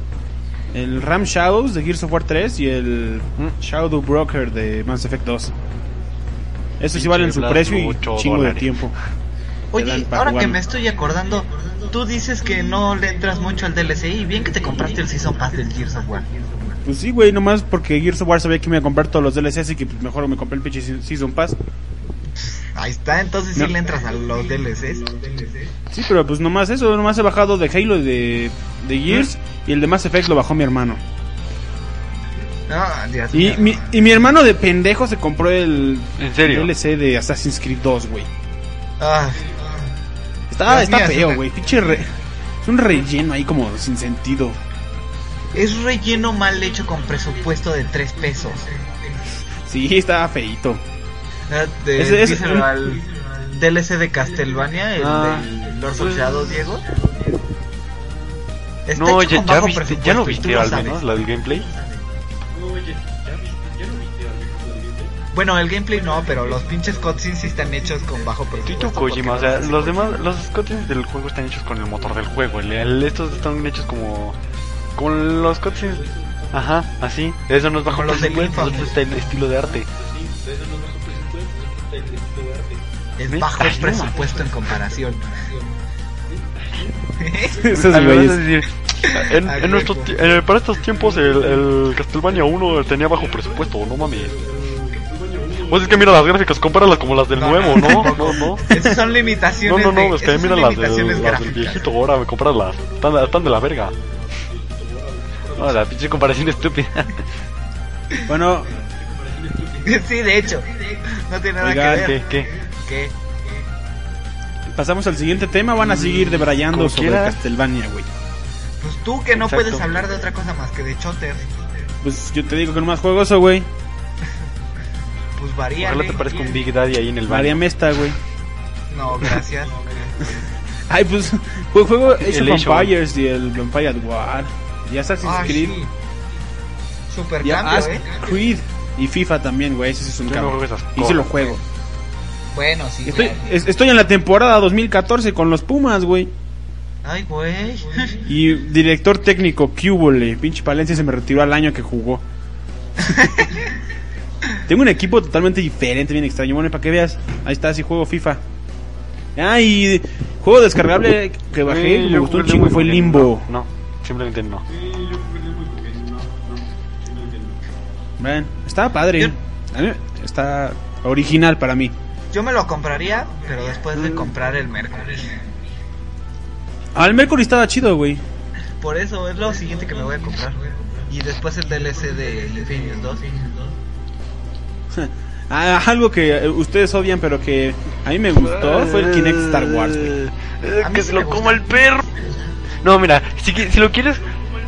Speaker 2: El Ram Shadows de Gears of War 3 y el
Speaker 1: Mm.
Speaker 2: Shadow Broker de Mass Effect 2. Esos sí valen su
Speaker 1: Blast
Speaker 2: precio y
Speaker 1: ocho
Speaker 2: chingo
Speaker 1: dólares.
Speaker 2: de tiempo. dan
Speaker 4: Oye,
Speaker 2: para
Speaker 4: ahora que
Speaker 2: jugarlo.
Speaker 4: me estoy acordando, tú dices que no le entras mucho al DLC y bien que te compraste el Season Pass del Gears of War.
Speaker 2: Pues sí, güey, nomás porque Gears of War sabía que me iba a comprar todos los DLCs y que pues, mejor me compré el pinche Se- Season Pass.
Speaker 4: Ahí está, entonces
Speaker 2: No.
Speaker 4: sí le entras a los DLCs.
Speaker 2: Sí, pero pues nomás eso, nomás he bajado de Halo y de, de Gears y el de Mass Effect lo bajó mi hermano.
Speaker 4: No, Dios
Speaker 2: Y
Speaker 4: mío.
Speaker 2: mi, y mi hermano de pendejo se compró el
Speaker 1: ¿En serio?
Speaker 2: DLC de Assassin's Creed 2, güey.
Speaker 4: Ah,
Speaker 2: Está,
Speaker 4: Dios
Speaker 2: está
Speaker 4: mío, es
Speaker 2: feo,
Speaker 4: una-
Speaker 2: güey. Pinche re- Es un relleno ahí como sin sentido.
Speaker 4: es relleno mal hecho con presupuesto de 3 pesos.
Speaker 2: Sí, está feito.
Speaker 4: Ah, de-
Speaker 2: Ese- ese-
Speaker 4: díselo al DLC de Castlevania, el
Speaker 1: Ah.
Speaker 4: del Lord of Shadows, Diego. Está
Speaker 1: No,
Speaker 4: hecho
Speaker 1: ya,
Speaker 4: con
Speaker 1: ya
Speaker 4: bajo
Speaker 1: viste, ya
Speaker 4: presupuesto
Speaker 1: lo
Speaker 4: y tú
Speaker 1: viste
Speaker 4: lo
Speaker 1: al
Speaker 4: sabes.
Speaker 1: menos, la del gameplay.
Speaker 4: Bueno, el gameplay no, pero los pinches cutscenes sí están hechos con bajo presupuesto.
Speaker 1: Tito Kojima, o
Speaker 4: porque
Speaker 1: sea,
Speaker 4: no sé
Speaker 1: los
Speaker 4: por qué.
Speaker 1: demás, los cutscenes del juego están hechos con el motor del juego. el- el- estos están hechos como. Con los cutscenes. Ajá, así. Eso nos bajo
Speaker 4: Como los del
Speaker 1: presupuesto,
Speaker 4: Infamous.
Speaker 1: esto está el estilo de arte.
Speaker 4: Es bajo
Speaker 1: Ay,
Speaker 4: el
Speaker 1: no.
Speaker 4: presupuesto en comparación.
Speaker 2: Esos
Speaker 1: Ah, me vas a
Speaker 2: güeyes.
Speaker 1: decir, en,
Speaker 4: Ah,
Speaker 1: en nuestro
Speaker 4: huevo.
Speaker 1: ti- en el- para estos tiempos el, el Castlevania 1 tenía bajo presupuesto, no mames. Pues es que mira las gráficas, compáralas como las del
Speaker 4: No,
Speaker 1: nuevo,
Speaker 4: no,
Speaker 1: ¿no? No,
Speaker 4: tampoco.
Speaker 1: no.
Speaker 4: Esas son
Speaker 1: No,
Speaker 4: limitaciones.
Speaker 1: no,
Speaker 4: de-
Speaker 1: no, es que
Speaker 4: esas son
Speaker 1: mira las, del,
Speaker 4: limitaciones
Speaker 1: las del
Speaker 4: gráficas.
Speaker 1: viejito ahora, compáralas. Están, están de la verga. Ah, la pinche comparación estúpida.
Speaker 2: Bueno,
Speaker 4: sí, de hecho. No tiene nada
Speaker 2: Oigan,
Speaker 4: que ver.
Speaker 1: ¿Qué? ¿Qué?
Speaker 4: ¿Qué?
Speaker 2: pasamos al siguiente tema. Van a seguir debrayando
Speaker 1: como
Speaker 2: sobre
Speaker 1: quiera.
Speaker 2: Castlevania, güey.
Speaker 4: Pues tú que no
Speaker 1: Exacto.
Speaker 4: puedes hablar de otra cosa más que de Chotter.
Speaker 2: Pues yo te digo que no más juego eso, güey.
Speaker 4: Pues varía.
Speaker 1: Ojalá te parezca un Big Daddy ahí en el baño.
Speaker 2: Variame esta, güey.
Speaker 4: No, gracias.
Speaker 2: Ay, pues, pues juego Age
Speaker 1: El
Speaker 2: of
Speaker 1: Age of-
Speaker 2: Empires y el Vampire at War. Y Assassin's
Speaker 4: Ay,
Speaker 2: Creed.
Speaker 4: sí. Super
Speaker 2: Y
Speaker 4: cambio,
Speaker 1: ah,
Speaker 2: Ask
Speaker 4: eh.
Speaker 2: Creed. Y FIFA también, güey. Ese sí es un
Speaker 1: Yo no
Speaker 2: cabrón.
Speaker 1: juego esas
Speaker 2: y sí
Speaker 1: cosas.
Speaker 2: lo juego.
Speaker 4: Bueno, sí.
Speaker 2: Estoy,
Speaker 4: ya.
Speaker 2: es- estoy en la temporada 2014 con los Pumas, güey.
Speaker 4: Ay, güey.
Speaker 2: Y director técnico, Cubole. Pinche Palencia se me retiró al año que jugó. Tengo un equipo totalmente diferente, bien extraño. Bueno, para que veas, ahí está, sí juego FIFA. Ah, y juego descargable que bajé,
Speaker 1: Eh,
Speaker 2: que me
Speaker 1: yo
Speaker 2: gustó un
Speaker 1: jugué
Speaker 2: chingo,
Speaker 1: Limbo
Speaker 2: fue
Speaker 1: y
Speaker 2: Limbo.
Speaker 1: No, no, simplemente no.
Speaker 2: Bueno, estaba padre. A mí está original para mí.
Speaker 4: Yo me lo compraría, pero después de comprar el Mercury.
Speaker 2: Ah, el Mercury estaba chido, güey.
Speaker 4: Por eso es lo siguiente que me voy a comprar. Y después el DLC de Infinity 2.
Speaker 2: Ah, algo que eh, ustedes odian, pero que a mí me gustó, fue el Kinect Star Wars, güey.
Speaker 1: Eh,
Speaker 4: A mí
Speaker 1: Que
Speaker 4: sí
Speaker 1: se
Speaker 4: me
Speaker 1: lo
Speaker 4: gusta.
Speaker 1: coma el perro. No, mira, si, qui- si lo quieres,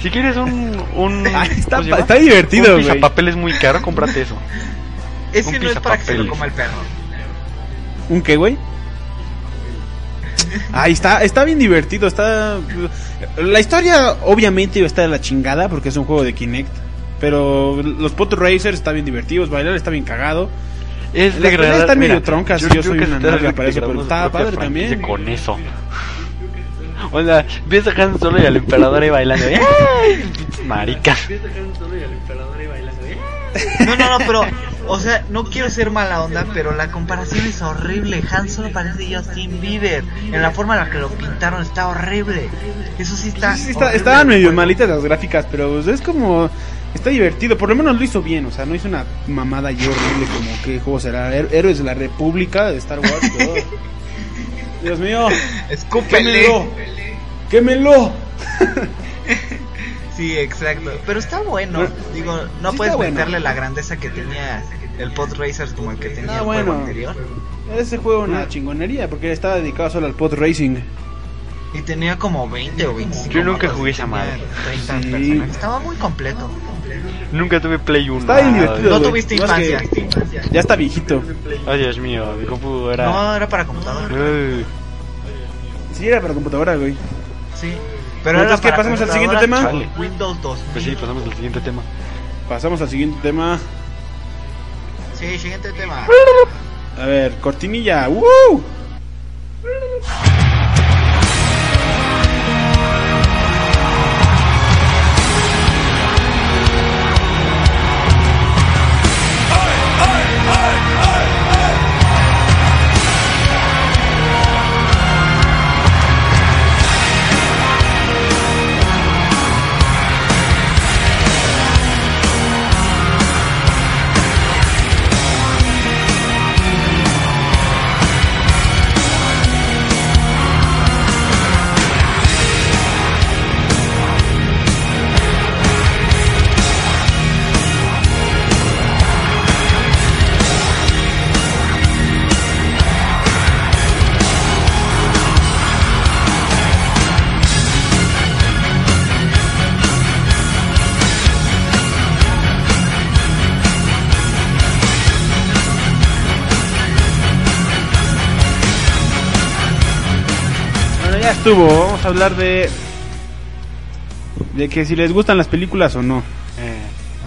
Speaker 1: si quieres un. un
Speaker 2: Ay, está
Speaker 1: ¿cómo se llama?
Speaker 2: pa- está divertido,
Speaker 1: Un
Speaker 2: güey.
Speaker 1: papel es muy caro, cómprate eso.
Speaker 4: Ese
Speaker 1: Un
Speaker 4: no es para que se lo
Speaker 1: pisapapeles.
Speaker 4: coma el perro.
Speaker 2: ¿Un qué, güey? Ahí está, está bien divertido, está... La historia obviamente iba a estar de la chingada porque es un juego de Kinect. Pero los Pot Racers están bien divertidos, bailar está bien cagado.
Speaker 1: Es
Speaker 2: Las
Speaker 1: degradar-
Speaker 2: peleas están
Speaker 1: mira,
Speaker 2: medio troncas, yo
Speaker 1: creo
Speaker 2: soy
Speaker 1: que
Speaker 2: una
Speaker 1: se está
Speaker 2: nalga para eso,
Speaker 1: degradando su
Speaker 2: pero estaba
Speaker 1: propia
Speaker 2: padre también.
Speaker 1: franquicia Con eso. O sea, ves a Han Solo y al emperador ahí bailando. ¡Ay! pinches Maricas.
Speaker 4: No, no, no, pero, o sea, no quiero ser mala onda, pero la comparación es horrible. Han Solo parece Justin Bieber. En la forma en la que lo pintaron está horrible. Eso sí está.
Speaker 2: Sí, está-
Speaker 4: horrible.
Speaker 2: estaban medio malitas las gráficas, pero pues, es como... Está divertido, por lo menos lo hizo bien, o sea, no hizo una mamada ahí horrible como que juego será Her- Héroes de la República de Star Wars. pero- Dios mío,
Speaker 4: Escúpele.
Speaker 2: quémelo, quémelo.
Speaker 4: Sí, exacto. Pero está bueno.
Speaker 2: Pero-
Speaker 4: Digo, no
Speaker 2: Sí
Speaker 4: puedes
Speaker 2: está bueno.
Speaker 4: meterle la grandeza que tenía el Pod Racers como el que tenía
Speaker 2: Ah,
Speaker 4: el
Speaker 2: bueno.
Speaker 4: juego anterior.
Speaker 2: Ese juego una chingonería porque estaba dedicado solo al pod racing.
Speaker 4: Y tenía como 20 o 25.
Speaker 1: Yo nunca
Speaker 4: modos,
Speaker 1: jugué esa
Speaker 4: tenía
Speaker 1: madre.
Speaker 4: 30
Speaker 2: Sí.
Speaker 4: personajes. Estaba muy completo.
Speaker 1: Nunca tuve Play 1.
Speaker 2: Está bien divertido.
Speaker 4: No
Speaker 2: güey.
Speaker 4: tuviste
Speaker 2: No, es
Speaker 4: infancia.
Speaker 2: que- Ya está viejito.
Speaker 1: Ay, Dios mío, mi compu era.
Speaker 4: No, era para computadora.
Speaker 1: Ay,
Speaker 2: Sí, era para computadora, güey.
Speaker 4: Sí. Pero
Speaker 2: Entonces,
Speaker 4: era
Speaker 2: ¿qué?
Speaker 4: para
Speaker 2: ¿Pasamos al siguiente
Speaker 4: computadora
Speaker 1: tema?
Speaker 4: con Windows 2.
Speaker 1: Pues sí, pasamos al siguiente tema.
Speaker 2: Pasamos al siguiente tema.
Speaker 4: Sí, siguiente tema.
Speaker 2: A ver, cortinilla. ¡Woo! Bueno, ya estuvo. Vamos a hablar de. De que si les gustan las películas o no.
Speaker 1: Eh,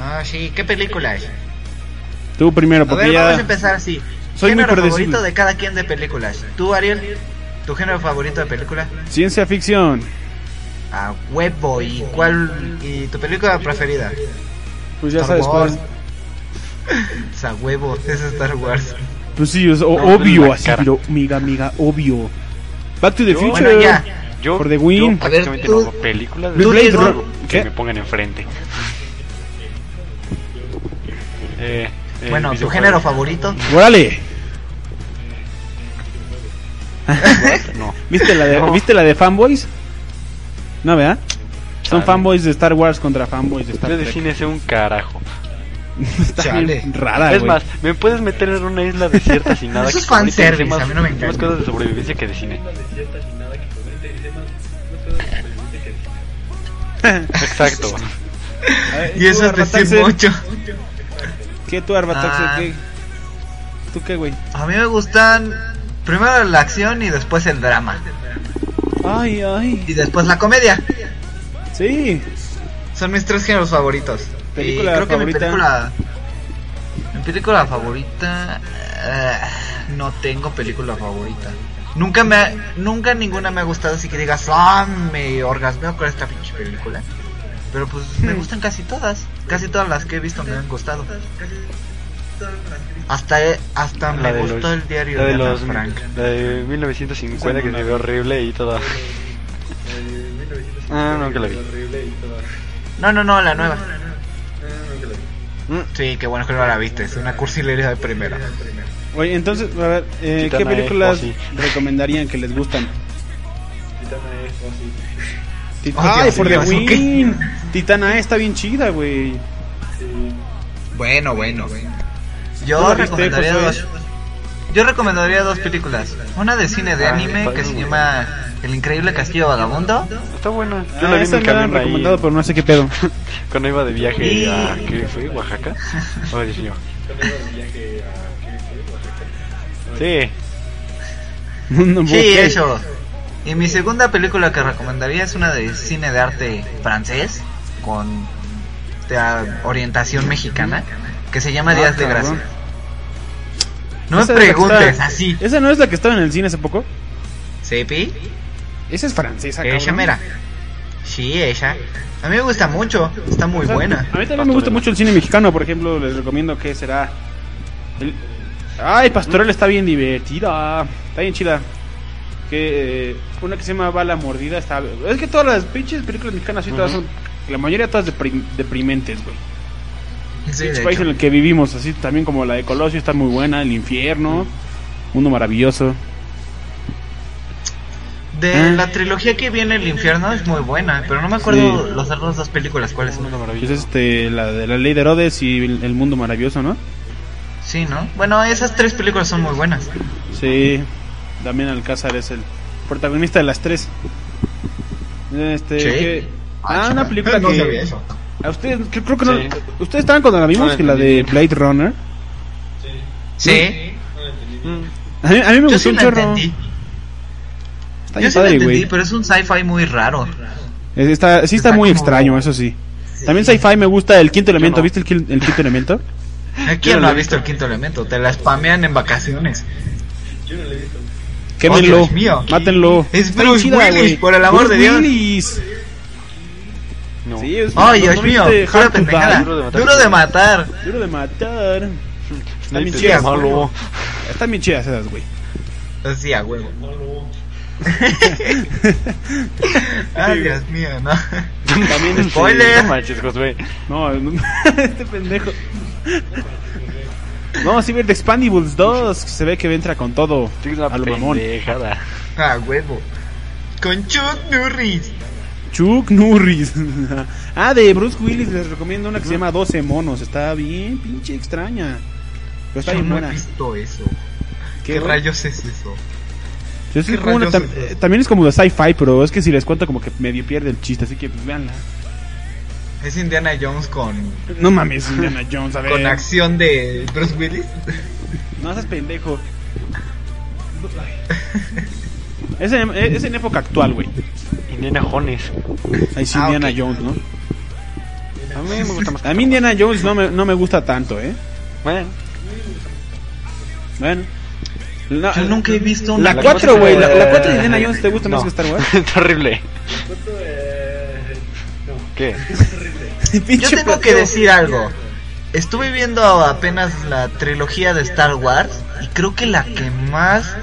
Speaker 4: Ah, sí, ¿qué película es?
Speaker 2: Tú primero,
Speaker 4: A
Speaker 2: porque
Speaker 4: ver, vamos a
Speaker 2: ya.
Speaker 4: empezar así.
Speaker 2: Soy muy
Speaker 4: género
Speaker 2: predecible.
Speaker 4: favorito de cada quien de películas. ¿Tú, Ariel? ¿Tu género favorito de película?
Speaker 2: Ciencia ficción.
Speaker 4: A huevo. ¿Y cuál? ¿Y tu película preferida?
Speaker 2: Pues ya
Speaker 4: Star
Speaker 2: sabes cuál.
Speaker 4: Wars. Es Pues a huevo, es Star Wars.
Speaker 2: Pues sí, es o-
Speaker 1: No, pues
Speaker 2: obvio,
Speaker 1: la
Speaker 2: así,
Speaker 1: cara.
Speaker 2: pero mega, mega obvio. Back to the
Speaker 1: Yo-
Speaker 2: Future.
Speaker 4: Bueno, ya.
Speaker 1: yo,
Speaker 2: For the win.
Speaker 1: yo prácticamente
Speaker 4: A ver,
Speaker 1: no
Speaker 4: tú-
Speaker 1: hago películas
Speaker 2: Blade
Speaker 1: de
Speaker 2: Runner. ¿Qué?
Speaker 1: que me pongan enfrente. Eh, el
Speaker 4: Bueno, ¿tu
Speaker 1: videojuego.
Speaker 4: género favorito?
Speaker 2: Órale.
Speaker 1: No.
Speaker 2: ¿Viste la de,
Speaker 1: No.
Speaker 2: ¿Viste la de fanboys? No, ¿verdad? Son
Speaker 1: Chale.
Speaker 2: fanboys de Star Wars contra fanboys de Star
Speaker 1: Yo de
Speaker 2: Trek.
Speaker 1: cine sé un carajo.
Speaker 2: Está bien
Speaker 4: Chale.
Speaker 2: rara,
Speaker 1: es
Speaker 2: Ah, güey.
Speaker 1: más, me puedes meter en una isla desierta sin nada.
Speaker 4: Eso es
Speaker 1: que comente,
Speaker 4: fanservice,
Speaker 1: sé más-
Speaker 4: a mí no me encanta.
Speaker 1: Más cosas de sobrevivencia que de cine. Exacto.
Speaker 2: A ver,
Speaker 4: Y
Speaker 2: tú,
Speaker 4: eso es decir
Speaker 2: Arbataxel,
Speaker 4: mucho.
Speaker 2: ¿Qué tú, Arbataxel?
Speaker 4: Ah.
Speaker 2: ¿Qué? ¿Tú qué, güey?
Speaker 4: A mí me gustan primero la acción y después el drama.
Speaker 2: Ay, ay.
Speaker 4: Y después la comedia.
Speaker 2: Sí.
Speaker 4: Son mis tres géneros favoritos.
Speaker 2: Película
Speaker 4: y creo que mi
Speaker 2: favorita.
Speaker 4: película película favorita. ah, no tengo película favorita. Nunca me ha- nunca ninguna me ha gustado así que digas, ah, me orgasmeo con esta pinche película. Pero pues me
Speaker 1: Hmm.
Speaker 4: gustan casi todas. Casi todas las que he visto me han gustado. Hasta, eh, hasta me
Speaker 1: de
Speaker 4: gustó
Speaker 1: los-
Speaker 4: el diario
Speaker 1: la de,
Speaker 4: de Ana
Speaker 1: los,
Speaker 4: Frank.
Speaker 1: la de 1950 que se ve horrible y todo. Ah, no, que la vi.
Speaker 4: No, no, no, la nueva. Mm. Sí, qué bueno que no la viste. Es una cursilería de primera.
Speaker 2: Oye, entonces, a ver, eh, ¿qué
Speaker 1: Titana es
Speaker 2: películas
Speaker 1: Fossi.
Speaker 2: recomendarían que les gustan?
Speaker 4: Titana
Speaker 2: Ay,
Speaker 4: es
Speaker 2: por The
Speaker 4: Fossi. ¿Qué?
Speaker 2: Win. Titana E está bien chida, güey.
Speaker 4: Bueno, bueno.
Speaker 2: ¿Tú
Speaker 4: Yo
Speaker 2: la viste,
Speaker 4: recomendaría
Speaker 2: Josué?
Speaker 4: dos. Yo recomendaría dos películas. Una de cine Ah, de anime que se llama El increíble castillo vagabundo.
Speaker 1: Está buena. Yo la
Speaker 2: Ah,
Speaker 1: vi en
Speaker 2: esa
Speaker 1: el
Speaker 2: me la han
Speaker 1: camión ahí,
Speaker 2: recomendado, pero no sé qué pedo.
Speaker 1: cuando iba de viaje
Speaker 4: Y-
Speaker 1: a... ¿Qué fue? ¿Oaxaca? Oh, Dios mío. Sí.
Speaker 2: No,
Speaker 4: Sí,
Speaker 2: ok.
Speaker 4: eso. Y mi segunda película que recomendaría es una de cine de arte francés con de, ah, orientación mexicana que se llama
Speaker 2: Ah,
Speaker 4: Días de
Speaker 2: cabrón.
Speaker 4: Gracia. No me
Speaker 2: Esa es la que
Speaker 4: preguntes
Speaker 2: está-
Speaker 4: así.
Speaker 2: ¿Esa no es la que estaba en el cine hace poco?
Speaker 4: ¿Sepi?
Speaker 2: Esa es francesa,
Speaker 4: Ella
Speaker 2: cabrón.
Speaker 4: mera. Sí, ella. A mí me gusta mucho. Está muy
Speaker 2: O sea,
Speaker 4: buena.
Speaker 2: A mí también me gusta mucho el cine mexicano, por ejemplo, les recomiendo que será. el- Ay, Pastoral está bien divertida, está bien chida. Que eh, una que se llama Bala Mordida está. Es que todas las pinches películas mexicanas y todas
Speaker 1: Ujú.
Speaker 2: son, la mayoría todas deprim- deprimentes, güey.
Speaker 4: Sí,
Speaker 2: El
Speaker 4: de
Speaker 2: país
Speaker 4: hecho.
Speaker 2: en el que vivimos, así también como la de Colosio está muy buena, El Infierno, Mundo Maravilloso.
Speaker 4: De
Speaker 2: ¿Eh?
Speaker 4: la trilogía que viene El Infierno es muy buena, pero no me acuerdo las otras dos películas cuáles son.
Speaker 2: Es este, la de la Ley de Herodes y el, el Mundo Maravilloso, ¿no?
Speaker 4: Sí, ¿no? Bueno, esas tres películas son muy buenas.
Speaker 2: Sí, Damián Alcázar es el protagonista de las tres. Este,
Speaker 4: Sí.
Speaker 2: que- ah, una película
Speaker 4: No sabía
Speaker 2: que
Speaker 4: eso. Ah,
Speaker 2: a ustedes que- creo que no,
Speaker 1: Sí.
Speaker 2: ustedes estaban cuando la vimos
Speaker 1: No
Speaker 2: que la de Blade Runner.
Speaker 4: Sí,
Speaker 2: A mí, a mí me
Speaker 4: yo
Speaker 2: gustó
Speaker 4: sí
Speaker 2: un
Speaker 4: la
Speaker 2: chorro.
Speaker 4: entendí.
Speaker 2: Está
Speaker 4: Yo
Speaker 2: bien
Speaker 4: sí la
Speaker 2: padre,
Speaker 4: entendí,
Speaker 2: güey.
Speaker 4: pero es un sci-fi muy raro.
Speaker 2: Es- Está, sí está,
Speaker 4: Está
Speaker 2: muy
Speaker 4: como-
Speaker 2: extraño, eso sí. También sci-fi me gusta el quinto elemento.
Speaker 1: no.
Speaker 2: ¿Viste el, quil- el quinto elemento?
Speaker 4: ¿Quién no ha visto el quinto elemento? Te la spamean en vacaciones.
Speaker 2: Quémenlo,
Speaker 4: Oh, Dios mío.
Speaker 2: mátenlo.
Speaker 4: Es
Speaker 2: Está
Speaker 4: Bruce
Speaker 2: chida,
Speaker 4: Willis,
Speaker 2: güey.
Speaker 4: por el amor
Speaker 2: Bruce
Speaker 4: de Dios.
Speaker 2: Willis.
Speaker 1: No.
Speaker 2: Sí, es
Speaker 4: Ay,
Speaker 2: ¿no
Speaker 4: Dios mío,
Speaker 2: viste
Speaker 4: pura
Speaker 2: Hard to Die?
Speaker 4: pendejada.
Speaker 1: Duro de matar.
Speaker 4: Duro de matar.
Speaker 2: Duro de matar. Está
Speaker 1: Nadie
Speaker 2: bien
Speaker 1: te
Speaker 4: sí,
Speaker 2: chidas.
Speaker 1: dice
Speaker 4: a
Speaker 1: malo.
Speaker 4: huevo.
Speaker 2: Están bien chidas esas, güey.
Speaker 4: Sí, a huevo. Ay, Dios mío, ¿no?
Speaker 2: También este-
Speaker 4: Spoiler.
Speaker 1: No manches, Josué.
Speaker 2: No, no- este pendejo. No, sí, ver The Expandables 2. que Se ve que entra con todo.
Speaker 1: Tienes una
Speaker 2: A lo mamón.
Speaker 1: pendejada.
Speaker 4: A huevo. Con Chuck Norris.
Speaker 2: Chuck Norris. ah, de Bruce Willis les recomiendo una que se llama 12 monos. Está bien, pinche extraña. Pero está
Speaker 4: Yo
Speaker 2: bien
Speaker 4: no he
Speaker 2: buena.
Speaker 4: visto eso.
Speaker 2: Qué
Speaker 4: ¿Qué,
Speaker 2: bueno.
Speaker 4: rayos es eso?
Speaker 2: Yo sé
Speaker 4: qué
Speaker 2: como una
Speaker 4: rayos
Speaker 2: tam- eh,
Speaker 4: es eso?
Speaker 2: también es como de sci-fi, pero es que si les cuento como que medio pierde el chiste, así que pues véanla.
Speaker 4: ¿Es Indiana Jones con,
Speaker 2: No mames, Indiana Jones, a ver.
Speaker 4: con acción de Bruce Willis?
Speaker 2: No seas pendejo. Es en, es en época actual, güey.
Speaker 1: Indiana Jones.
Speaker 2: Ahí sí,
Speaker 4: Ah,
Speaker 2: Indiana
Speaker 4: ok.
Speaker 2: Jones, ¿no?
Speaker 1: A mí me gusta más.
Speaker 2: A mí Indiana Jones no me, no me gusta tanto, ¿eh?
Speaker 1: Bueno,
Speaker 2: Bueno. La-
Speaker 4: Yo nunca he visto una
Speaker 2: La 4, güey. La, la
Speaker 1: Eh,
Speaker 2: 4 de Indiana Jones te gusta más
Speaker 1: no.
Speaker 2: que Star Wars.
Speaker 1: Está horrible. ¿Qué?
Speaker 4: Yo tengo que decir algo. Estuve viendo apenas la trilogía de Star Wars y creo que la que más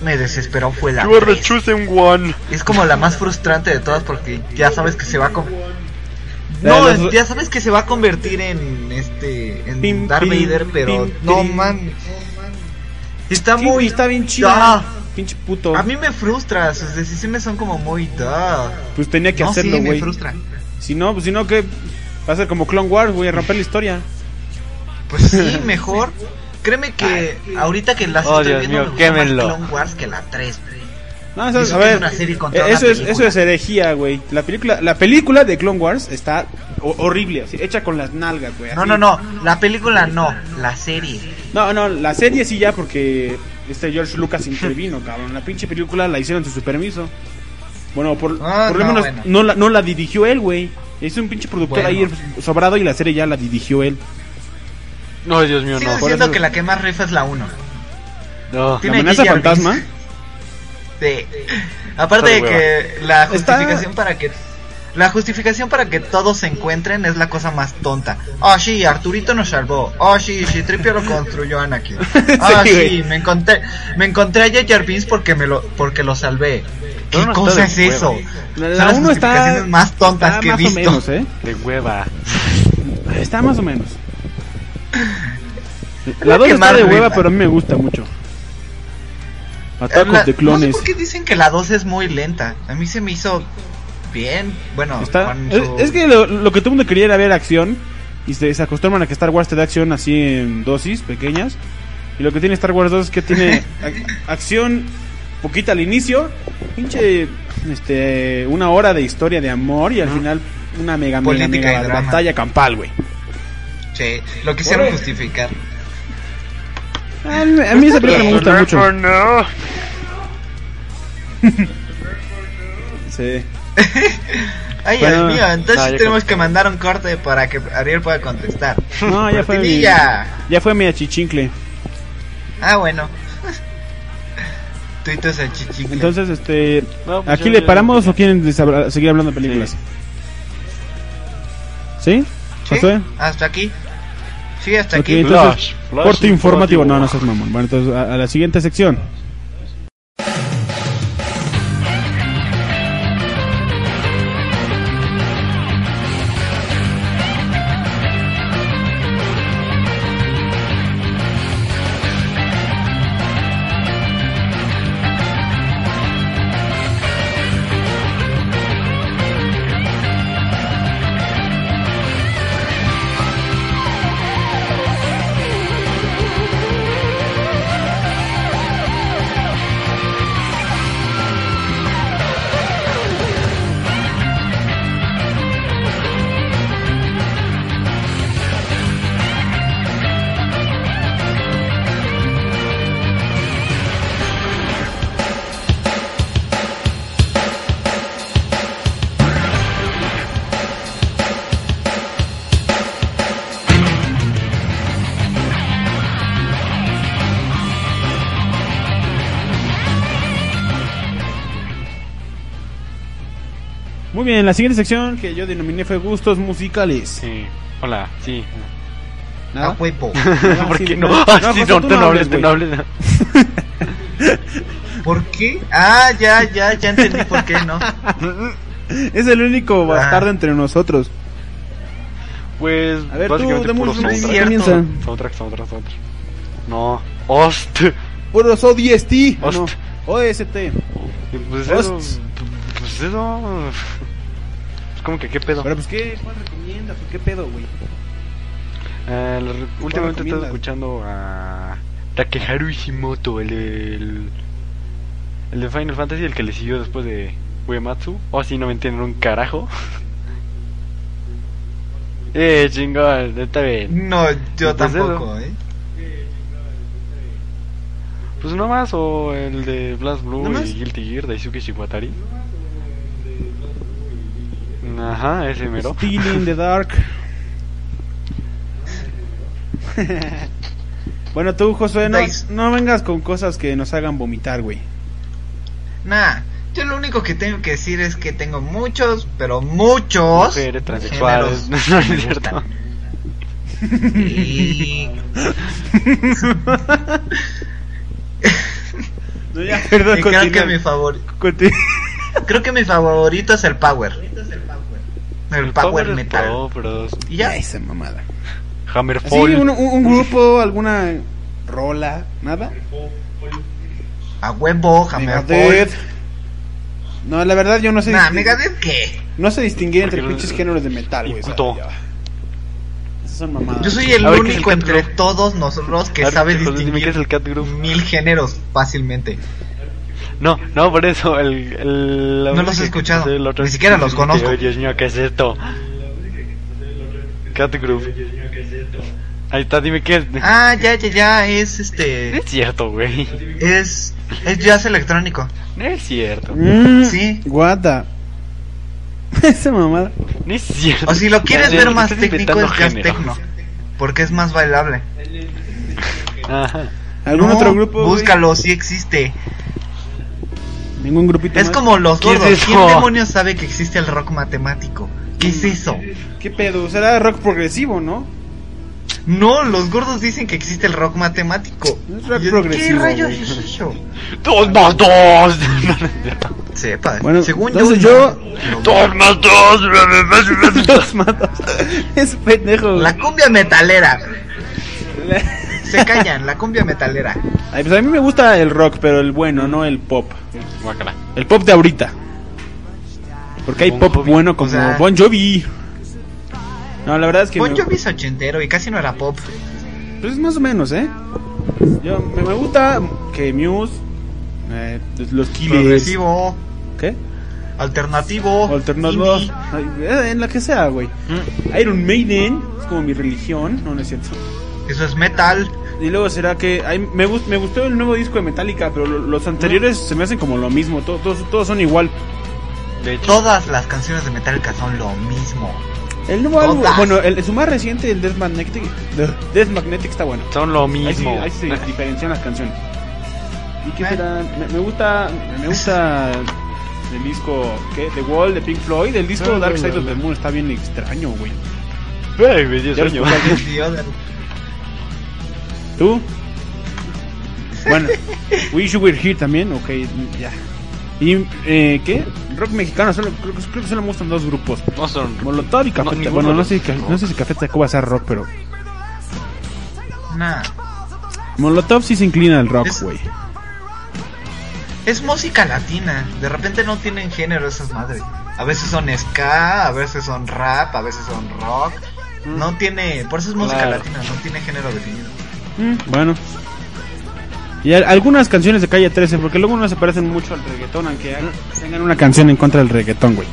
Speaker 4: me desesperó fue la
Speaker 1: You are the
Speaker 4: tres.
Speaker 1: chosen one.
Speaker 4: Es como la más frustrante de todas porque ya sabes que se va a con-
Speaker 2: La
Speaker 4: No,
Speaker 2: de los-
Speaker 4: ya sabes que se va a convertir en este en
Speaker 2: Pim,
Speaker 4: Darth
Speaker 2: pim,
Speaker 4: Vader, pero
Speaker 2: pim,
Speaker 4: no
Speaker 2: pim.
Speaker 4: man. Está
Speaker 2: Sí,
Speaker 4: muy
Speaker 2: está bien chida.
Speaker 4: Ah,
Speaker 2: Pinche puto.
Speaker 4: a mí me frustra, sus decisiones son como muy da.
Speaker 2: pues tenía que
Speaker 4: no,
Speaker 2: hacerlo,
Speaker 4: sí, me
Speaker 2: güey.
Speaker 4: frustra.
Speaker 2: si no, pues si no, que va a ser como Clone Wars, güey, a romper la historia.
Speaker 4: Pues sí, mejor. Créeme que ahorita que las
Speaker 1: Oh,
Speaker 4: estoy
Speaker 1: Dios
Speaker 4: viendo
Speaker 1: mío,
Speaker 4: me gusta más
Speaker 1: quémenlo.
Speaker 4: Clone Wars que la 3.
Speaker 2: No, eso es,
Speaker 4: Dicen
Speaker 2: a
Speaker 4: que es
Speaker 2: ver,
Speaker 4: una serie contra
Speaker 2: eh,
Speaker 4: una
Speaker 2: eso, es,
Speaker 4: película.
Speaker 2: eso es herejía, güey. La película, la película de Clone Wars está ho- horrible, así, hecha con las nalgas, güey.
Speaker 4: No,
Speaker 2: así.
Speaker 4: no, no, la película no, la serie.
Speaker 2: No, no, la serie sí ya porque este George Lucas intervino, cabrón. La pinche película la hicieron sin su permiso. Bueno, por,
Speaker 4: Ah,
Speaker 2: por lo
Speaker 4: no,
Speaker 2: menos
Speaker 4: bueno.
Speaker 2: no, la, no la dirigió él, güey. Es un pinche productor
Speaker 4: Bueno.
Speaker 2: ahí sobrado y la serie ya la dirigió él.
Speaker 1: No, Dios mío,
Speaker 4: Sigo
Speaker 1: no.
Speaker 4: diciendo que la que más rifa es la 1.
Speaker 1: No.
Speaker 2: ¿La
Speaker 4: Tiene
Speaker 2: amenaza
Speaker 4: J.J. Abrams.
Speaker 2: fantasma?
Speaker 4: Sí. Aparte de
Speaker 1: Está de
Speaker 4: que la
Speaker 2: Está-
Speaker 4: justificación para que la justificación para que todos se encuentren es la cosa más tonta. Ah, sí, Arturito nos salvó. Ah, sí, sí, Tripio lo construyó Anakin. Ah,
Speaker 2: Sí,
Speaker 4: sí,
Speaker 2: güey.
Speaker 4: me encontré me encontré a Jar Binks porque me lo porque lo salvé. ¿Qué
Speaker 1: Pero no está
Speaker 4: cosa
Speaker 1: de
Speaker 4: es
Speaker 1: hueva.
Speaker 4: eso?
Speaker 2: La,
Speaker 4: Son
Speaker 2: la
Speaker 4: las
Speaker 2: uno está.
Speaker 4: justificaciones más tontas
Speaker 2: está
Speaker 4: que he
Speaker 2: más
Speaker 4: visto.
Speaker 2: o menos, ¿eh?
Speaker 1: De hueva.
Speaker 2: Está más o menos. La
Speaker 4: La
Speaker 2: 2
Speaker 4: que
Speaker 2: está
Speaker 4: más
Speaker 2: de hueva,
Speaker 4: reta.
Speaker 2: pero a mí me gusta mucho.
Speaker 4: Eh, la-
Speaker 2: Atacos de
Speaker 4: No sé
Speaker 2: clones.
Speaker 4: por qué dicen que la 2 es muy lenta. A mí se me hizo bien. Bueno,
Speaker 2: Está-
Speaker 4: con
Speaker 2: es,
Speaker 4: su-
Speaker 2: es que lo, lo que todo el mundo quería era ver acción. Y se, se acostumbran a que Star Wars te da acción así en dosis pequeñas. Y lo que tiene Star Wars 2 es que tiene ac- acción poquita al inicio. Pinche este, una hora de historia de amor. Y al final una mega, mega,
Speaker 4: Política y
Speaker 2: mega
Speaker 4: drama.
Speaker 2: batalla campal, güey.
Speaker 4: Sí, lo quisieron justificar.
Speaker 2: A mí, a mí esa película me gusta mucho.
Speaker 1: no.
Speaker 2: Sí.
Speaker 4: Ay,
Speaker 2: Bueno,
Speaker 4: Dios mío, entonces
Speaker 1: no, ya
Speaker 4: tenemos que mandar un corte para que Ariel pueda contestar.
Speaker 2: No, ya fue mi.
Speaker 4: Cortinilla.
Speaker 2: Ya fue mi achichincle.
Speaker 4: Ah, bueno. Tuitos al chichicle.
Speaker 2: Entonces, este.
Speaker 1: No, pues
Speaker 2: ¿Aquí
Speaker 1: yo-
Speaker 2: le
Speaker 1: yo-
Speaker 2: paramos o quieren desabra- seguir hablando de películas? ¿Sí?
Speaker 4: ¿Sí?
Speaker 2: ¿Pasó? eh?
Speaker 4: ¿Hasta aquí? Sí, hasta
Speaker 2: Ok,
Speaker 4: aquí.
Speaker 2: entonces,
Speaker 1: Flash, flash
Speaker 2: corte informativo.
Speaker 1: informativo.
Speaker 2: No, no seas mamón. Bueno, entonces, a, a la siguiente sección. Muy bien, la siguiente sección que yo denominé fue gustos musicales.
Speaker 1: Sí. Hola, sí.
Speaker 4: A
Speaker 2: ¿Nada?
Speaker 4: huevo.
Speaker 2: Nada,
Speaker 1: ¿Por
Speaker 2: sí,
Speaker 1: qué no?
Speaker 2: nada.
Speaker 1: Ah, sí,
Speaker 2: José,
Speaker 1: no,
Speaker 2: tú
Speaker 1: tú no hables, tú
Speaker 2: güey.
Speaker 1: no hables.
Speaker 4: ¿Por qué? Ah, ya, ya, ya entendí por qué no.
Speaker 2: Es el
Speaker 1: Ah.
Speaker 2: único bastardo entre nosotros.
Speaker 1: Pues,
Speaker 2: A ver, tú,
Speaker 1: básicamente
Speaker 2: dame un
Speaker 1: puro
Speaker 2: resumen,
Speaker 4: soundtrack.
Speaker 2: comienza.
Speaker 4: Cierto.
Speaker 1: Soundtrack, soundtrack, soundtrack. No. Host.
Speaker 2: Puros ODST. Ah, no,
Speaker 1: Host.
Speaker 2: OST.
Speaker 1: Pues eso.
Speaker 2: Host.
Speaker 1: Pues eso. Pues como que qué pedo.
Speaker 2: Pero pues, ¿qué? ¿Cuál recomiendas? ¿Qué pedo, güey?
Speaker 1: Eh, lo re- últimamente he estado
Speaker 2: recomiendas?
Speaker 1: escuchando a Takeharu Ishimoto, el de, el, el de Final Fantasy, el que le siguió después de Uematsu. Oh, sí, no me entienden un carajo. eh, chingón, está bien.
Speaker 4: No, yo
Speaker 1: Pues
Speaker 4: tampoco, ¿eh?
Speaker 1: Pues no más, o el de Blast Blue
Speaker 2: ¿No
Speaker 1: y
Speaker 2: más?
Speaker 1: Guilty Gear, Daisuke Shiwatari. Ajá, ese mero.
Speaker 2: Still in the dark. bueno, tú, Josué, no,
Speaker 4: Nice.
Speaker 2: no vengas con cosas que nos hagan vomitar, güey.
Speaker 4: Nah, yo lo único que tengo que decir es que tengo muchos, pero muchos.
Speaker 1: Mujeres transexuales, no,
Speaker 4: géneros
Speaker 1: no es
Speaker 4: que me
Speaker 1: cierto.
Speaker 4: gustan. Y-
Speaker 2: No, ya, perdón,
Speaker 4: y creo que
Speaker 2: continúa.
Speaker 4: mi favor
Speaker 2: Conti-
Speaker 4: Creo que mi favorito es el Power. El Power
Speaker 1: es
Speaker 4: Metal.
Speaker 1: pro, pero es
Speaker 4: Y ya.
Speaker 2: esa mamada. Así,
Speaker 1: Hammerfall.
Speaker 2: un, un- un grupo, alguna rola, nada.
Speaker 4: A huevo, Hammerfall.
Speaker 2: Megadeth. No, la verdad yo no sé.
Speaker 4: Nah,
Speaker 2: disting-
Speaker 4: Megadeth qué.
Speaker 2: No sé distinguir entre
Speaker 1: Porque-
Speaker 2: pinches géneros de metal, güey. o sea,
Speaker 1: Inculto.
Speaker 2: ya. Esas son mamadas.
Speaker 4: Yo soy el
Speaker 1: Ah, A ver, ¿qué es el
Speaker 4: único
Speaker 1: Cat
Speaker 4: entre
Speaker 1: Group?
Speaker 4: todos nosotros que
Speaker 1: A ver,
Speaker 4: sabe
Speaker 1: José, dime qué es
Speaker 4: distinguir
Speaker 1: el Cat Group.
Speaker 4: mil géneros fácilmente.
Speaker 1: No, no, por eso. El, el, la
Speaker 4: No
Speaker 1: vez
Speaker 4: los he
Speaker 1: que
Speaker 4: escuchado,
Speaker 1: escuché el otro
Speaker 4: ni siquiera los
Speaker 1: dije,
Speaker 4: conozco.
Speaker 1: "Ay, Dios mío, ¿qué es esto? Cat Group. Ahí está, dime qué es.
Speaker 4: Ah, ya, ya, ya, es
Speaker 1: No
Speaker 4: este.
Speaker 1: es cierto, güey.
Speaker 4: Es. Es jazz electrónico.
Speaker 1: No es cierto.
Speaker 2: Mm,
Speaker 4: Sí.
Speaker 2: Guada. Esa mamada.
Speaker 1: No es cierto.
Speaker 4: O si lo quieres
Speaker 1: Ya,
Speaker 4: ver
Speaker 1: ya,
Speaker 4: más
Speaker 1: estás
Speaker 4: técnico,
Speaker 1: inventando
Speaker 4: es jazz
Speaker 1: género.
Speaker 4: tecno. Porque es más bailable.
Speaker 1: Ajá.
Speaker 2: ¿Algún
Speaker 4: No,
Speaker 2: otro grupo? güey?
Speaker 4: Búscalo, sí existe.
Speaker 2: Ningún grupito.
Speaker 4: Es
Speaker 2: más?
Speaker 4: como los
Speaker 1: ¿Qué es
Speaker 4: gordos. ¿Quién
Speaker 1: eso?
Speaker 4: demonios sabe que existe el rock matemático? ¿Qué es eso?
Speaker 2: ¿Qué pedo? Será rock progresivo, ¿no?
Speaker 4: No, los gordos dicen que existe el rock matemático.
Speaker 2: Es rock
Speaker 4: Y yo,
Speaker 2: progresivo,
Speaker 4: ¿Qué rayos
Speaker 2: güey.
Speaker 4: es eso?
Speaker 1: Dos más dos. No, no es cierto.
Speaker 4: Sepa,
Speaker 2: Bueno,
Speaker 4: según
Speaker 2: entonces
Speaker 4: yo,
Speaker 1: dos más dos.
Speaker 2: Los matos. es pendejo. güey.
Speaker 4: La cumbia metalera. Se callan, la cumbia metalera.
Speaker 2: Ay, pues a mí me gusta el rock, pero el bueno, no el pop.
Speaker 1: Guácala.
Speaker 2: El pop de ahorita. Porque hay
Speaker 1: Bon
Speaker 2: pop
Speaker 1: Jovi.
Speaker 2: bueno como
Speaker 4: O sea-
Speaker 2: Bon Jovi. No, la verdad es que
Speaker 4: Bon
Speaker 2: me-
Speaker 4: Jovi es ochentero y casi no era pop.
Speaker 2: pues más o menos, ¿eh? Yo me, me gusta que Muse eh, los Killers,
Speaker 4: Progresivo,
Speaker 2: ¿qué?
Speaker 4: alternativo,
Speaker 2: Alternativo,
Speaker 4: indie.
Speaker 2: ay, eh, en la que sea, güey. Iron Maiden es como mi religión, no, no es cierto.
Speaker 4: Eso es metal.
Speaker 2: Y luego será que ay, me gust- me gustó el nuevo disco de Metallica, pero lo- los anteriores se me hacen como lo mismo, to- todos todos son igual.
Speaker 1: De hecho,
Speaker 4: Todas las canciones de Metallica son lo mismo.
Speaker 2: El nuevo
Speaker 4: Todas.
Speaker 2: álbum, bueno, el, su más reciente, el Death Magnetic, Death Magnetic está bueno.
Speaker 1: son lo
Speaker 2: Ahí sí,
Speaker 1: mismo.
Speaker 2: ahí sí se diferencian las canciones. ¿Y qué
Speaker 4: Eh.
Speaker 2: será? Me, me gusta, me gusta el disco ¿qué? The Wall de Pink Floyd, el disco
Speaker 1: No, no,
Speaker 2: Dark Side
Speaker 1: no,
Speaker 2: of
Speaker 1: no.
Speaker 2: the Moon está bien extraño, güey.
Speaker 1: Ay, me dio
Speaker 2: Ya lo
Speaker 1: sueño.
Speaker 2: escuché.
Speaker 4: Y other-
Speaker 2: ¿Tú? Bueno, Wish You Were Here también, ok, ya. ¿Y eh, qué? Rock mexicano, solo, creo, que- creo que solo me gustan dos grupos.
Speaker 1: No son.
Speaker 2: Molotov y Café.
Speaker 1: ninguno
Speaker 2: bueno,
Speaker 1: de
Speaker 2: no
Speaker 1: los
Speaker 2: sé, si-
Speaker 1: dos.
Speaker 2: no sé si Café Tacuba va a ser rock, pero
Speaker 4: Nah.
Speaker 2: Molotov sí se inclina al rock,
Speaker 4: Es-
Speaker 2: güey.
Speaker 4: Es música latina. De repente no tienen género esas madres. A veces son ska, a veces son rap, a veces son rock. No tiene, por eso es música
Speaker 1: Mm. Claro.
Speaker 4: latina, no tiene género definido.
Speaker 2: Mm, bueno. Y al- algunas canciones de Calle 13, porque luego no se parecen mucho al reggaetón, aunque hagan-
Speaker 1: Mm.
Speaker 2: tengan una canción en contra del reggaetón, güey.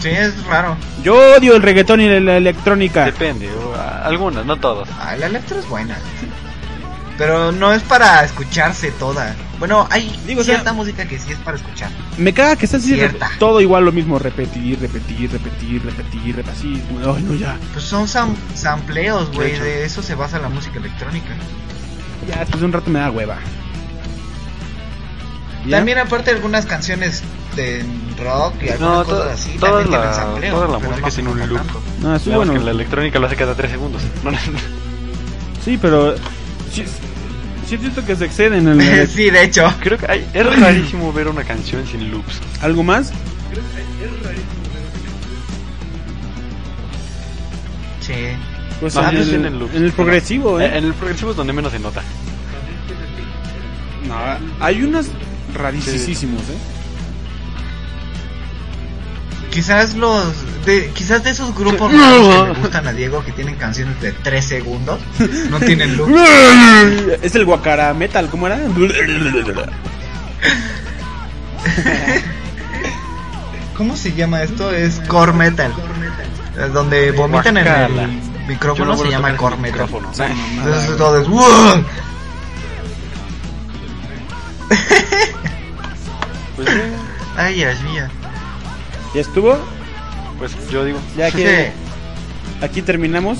Speaker 4: Sí, es raro.
Speaker 2: Yo odio el reggaetón y la, la electrónica.
Speaker 1: Depende. o- a- Algunas, no todas.
Speaker 4: Ah, la letra es buena. Pero no es para escucharse toda. Bueno, hay
Speaker 2: Digo, o sea-
Speaker 4: cierta música que sí es para escuchar.
Speaker 2: Me caga que estás así rep-
Speaker 4: Cierta.
Speaker 2: todo igual lo mismo, repetir, repetir, repetir, repetir, repetir, así. Ay, no, ya.
Speaker 4: Pues son sam- sampleos, güey.
Speaker 2: De hecho.
Speaker 4: De eso se basa la música electrónica.
Speaker 2: Ya, después de un rato me da hueva. ¿Ya?
Speaker 4: También aparte algunas canciones de rock y algunas
Speaker 1: No, to-
Speaker 4: cosas así.
Speaker 1: toda
Speaker 4: también tienen
Speaker 1: la-
Speaker 4: sampleos,
Speaker 1: toda la
Speaker 4: pero
Speaker 1: música
Speaker 4: no
Speaker 1: tiene un
Speaker 4: aporta
Speaker 1: loop.
Speaker 4: tanto.
Speaker 2: No, es
Speaker 1: Nada más
Speaker 2: bueno.
Speaker 1: que la electrónica lo hace cada 3 segundos. No, no, no.
Speaker 2: Sí, pero. Sí, sí es cierto que se exceden en el.
Speaker 4: sí, de hecho.
Speaker 1: Creo que hay- es rarísimo ver una canción sin loops.
Speaker 2: ¿Algo más?
Speaker 4: Sí.
Speaker 2: Pues
Speaker 1: No,
Speaker 2: en,
Speaker 1: yo sí
Speaker 2: el,
Speaker 1: en el loop.
Speaker 2: en el progresivo, ¿eh?
Speaker 1: Eh, En el progresivo es donde menos se nota.
Speaker 2: No, hay unas raricísimos, ¿eh?
Speaker 4: Quizás los de, quizás de esos grupos raros que le gustan a Diego que tienen canciones de 3 segundos, no tienen loop.
Speaker 2: Es el guacara metal, ¿cómo era?
Speaker 4: ¿Cómo se llama esto? Es core metal. Eh, Donde vomitan en
Speaker 1: Guacala.
Speaker 4: el micrófono se llama core metal.
Speaker 1: este micrófono.
Speaker 4: Entonces todo es "Wow".
Speaker 1: Pues, sí,
Speaker 4: Ay, Dios mío.
Speaker 2: ¿Ya estuvo?
Speaker 1: pues yo digo,
Speaker 2: Ya que
Speaker 4: Sí.
Speaker 2: aquí terminamos.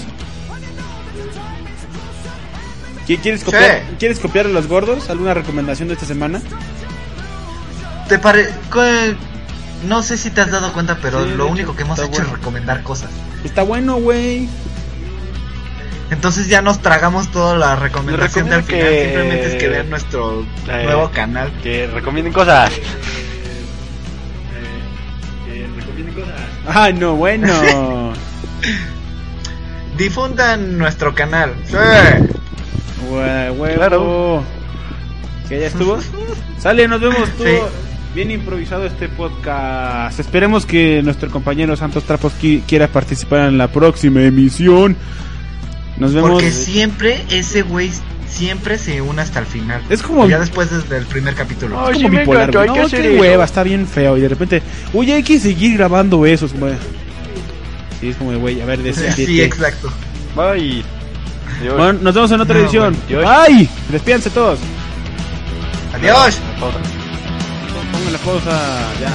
Speaker 2: ¿Qui- ¿Quieres copiar,
Speaker 4: Sí.
Speaker 2: ¿Quieres copiar a los gordos? ¿Alguna recomendación de esta semana?
Speaker 4: ¿Te pare... cu- No sé si te has dado cuenta, pero
Speaker 2: Sí, de
Speaker 4: lo
Speaker 2: hecho,
Speaker 4: único que hemos
Speaker 2: está
Speaker 4: hecho es
Speaker 2: bueno.
Speaker 4: recomendar cosas.
Speaker 2: Está bueno, güey.
Speaker 4: Entonces ya nos tragamos toda la recomendación
Speaker 1: Les
Speaker 4: del
Speaker 1: recomiendo
Speaker 4: final.
Speaker 1: que-
Speaker 4: Simplemente es que vean nuestro
Speaker 1: Eh,
Speaker 4: nuevo canal.
Speaker 1: que recomienden cosas.
Speaker 2: Ah, no, bueno.
Speaker 4: Difundan nuestro canal. Sí.
Speaker 2: Güey, huevo.
Speaker 1: Claro.
Speaker 2: ¿Que ya estuvo? Sale, nos vemos. Estuvo
Speaker 4: Sí.
Speaker 2: bien improvisado este podcast. Esperemos que nuestro compañero Santos Trapos qui- quiera participar en la próxima emisión. Nos vemos.
Speaker 4: Porque siempre ese güey siempre se une hasta el final.
Speaker 2: Es como-
Speaker 4: ya después desde el primer capítulo.
Speaker 2: Es
Speaker 1: Oye,
Speaker 2: como
Speaker 1: me
Speaker 2: bipolar,
Speaker 1: encantó,
Speaker 2: güey.
Speaker 1: hay que
Speaker 2: No,
Speaker 1: hacer
Speaker 2: qué
Speaker 1: eso.
Speaker 2: hueva, está bien feo. Y de repente, oye, hay que seguir grabando esos, güey. Sí, es como de, güey, a ver, de
Speaker 4: sí,
Speaker 2: siete.
Speaker 4: exacto.
Speaker 1: Bye. Adiós.
Speaker 2: Bueno, nos vemos en otra
Speaker 4: No,
Speaker 2: edición.
Speaker 1: bueno, yo-
Speaker 2: ¡Ay! Despídanse todos.
Speaker 4: Adiós.
Speaker 1: Pausa.
Speaker 2: Pongan la pausa ya.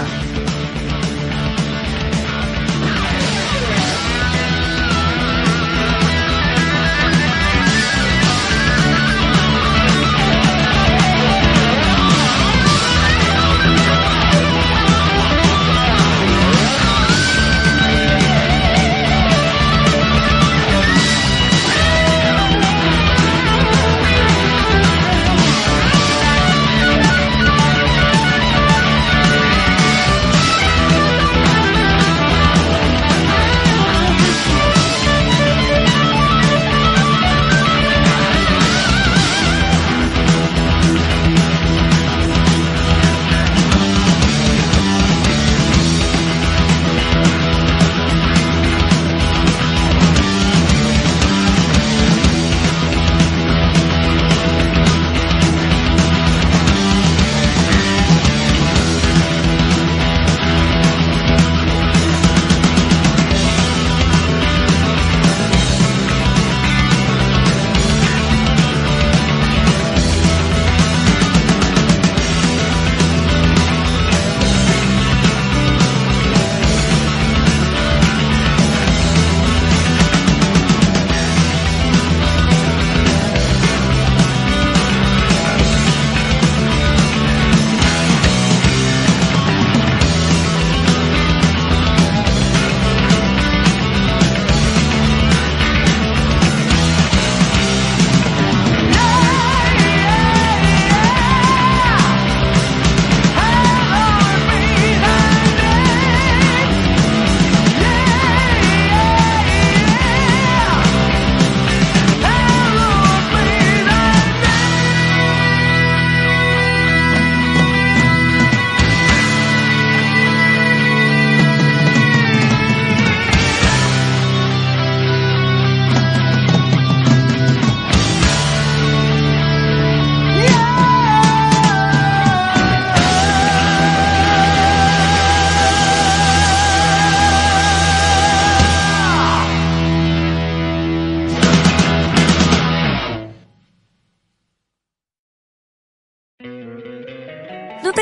Speaker 5: ¿No te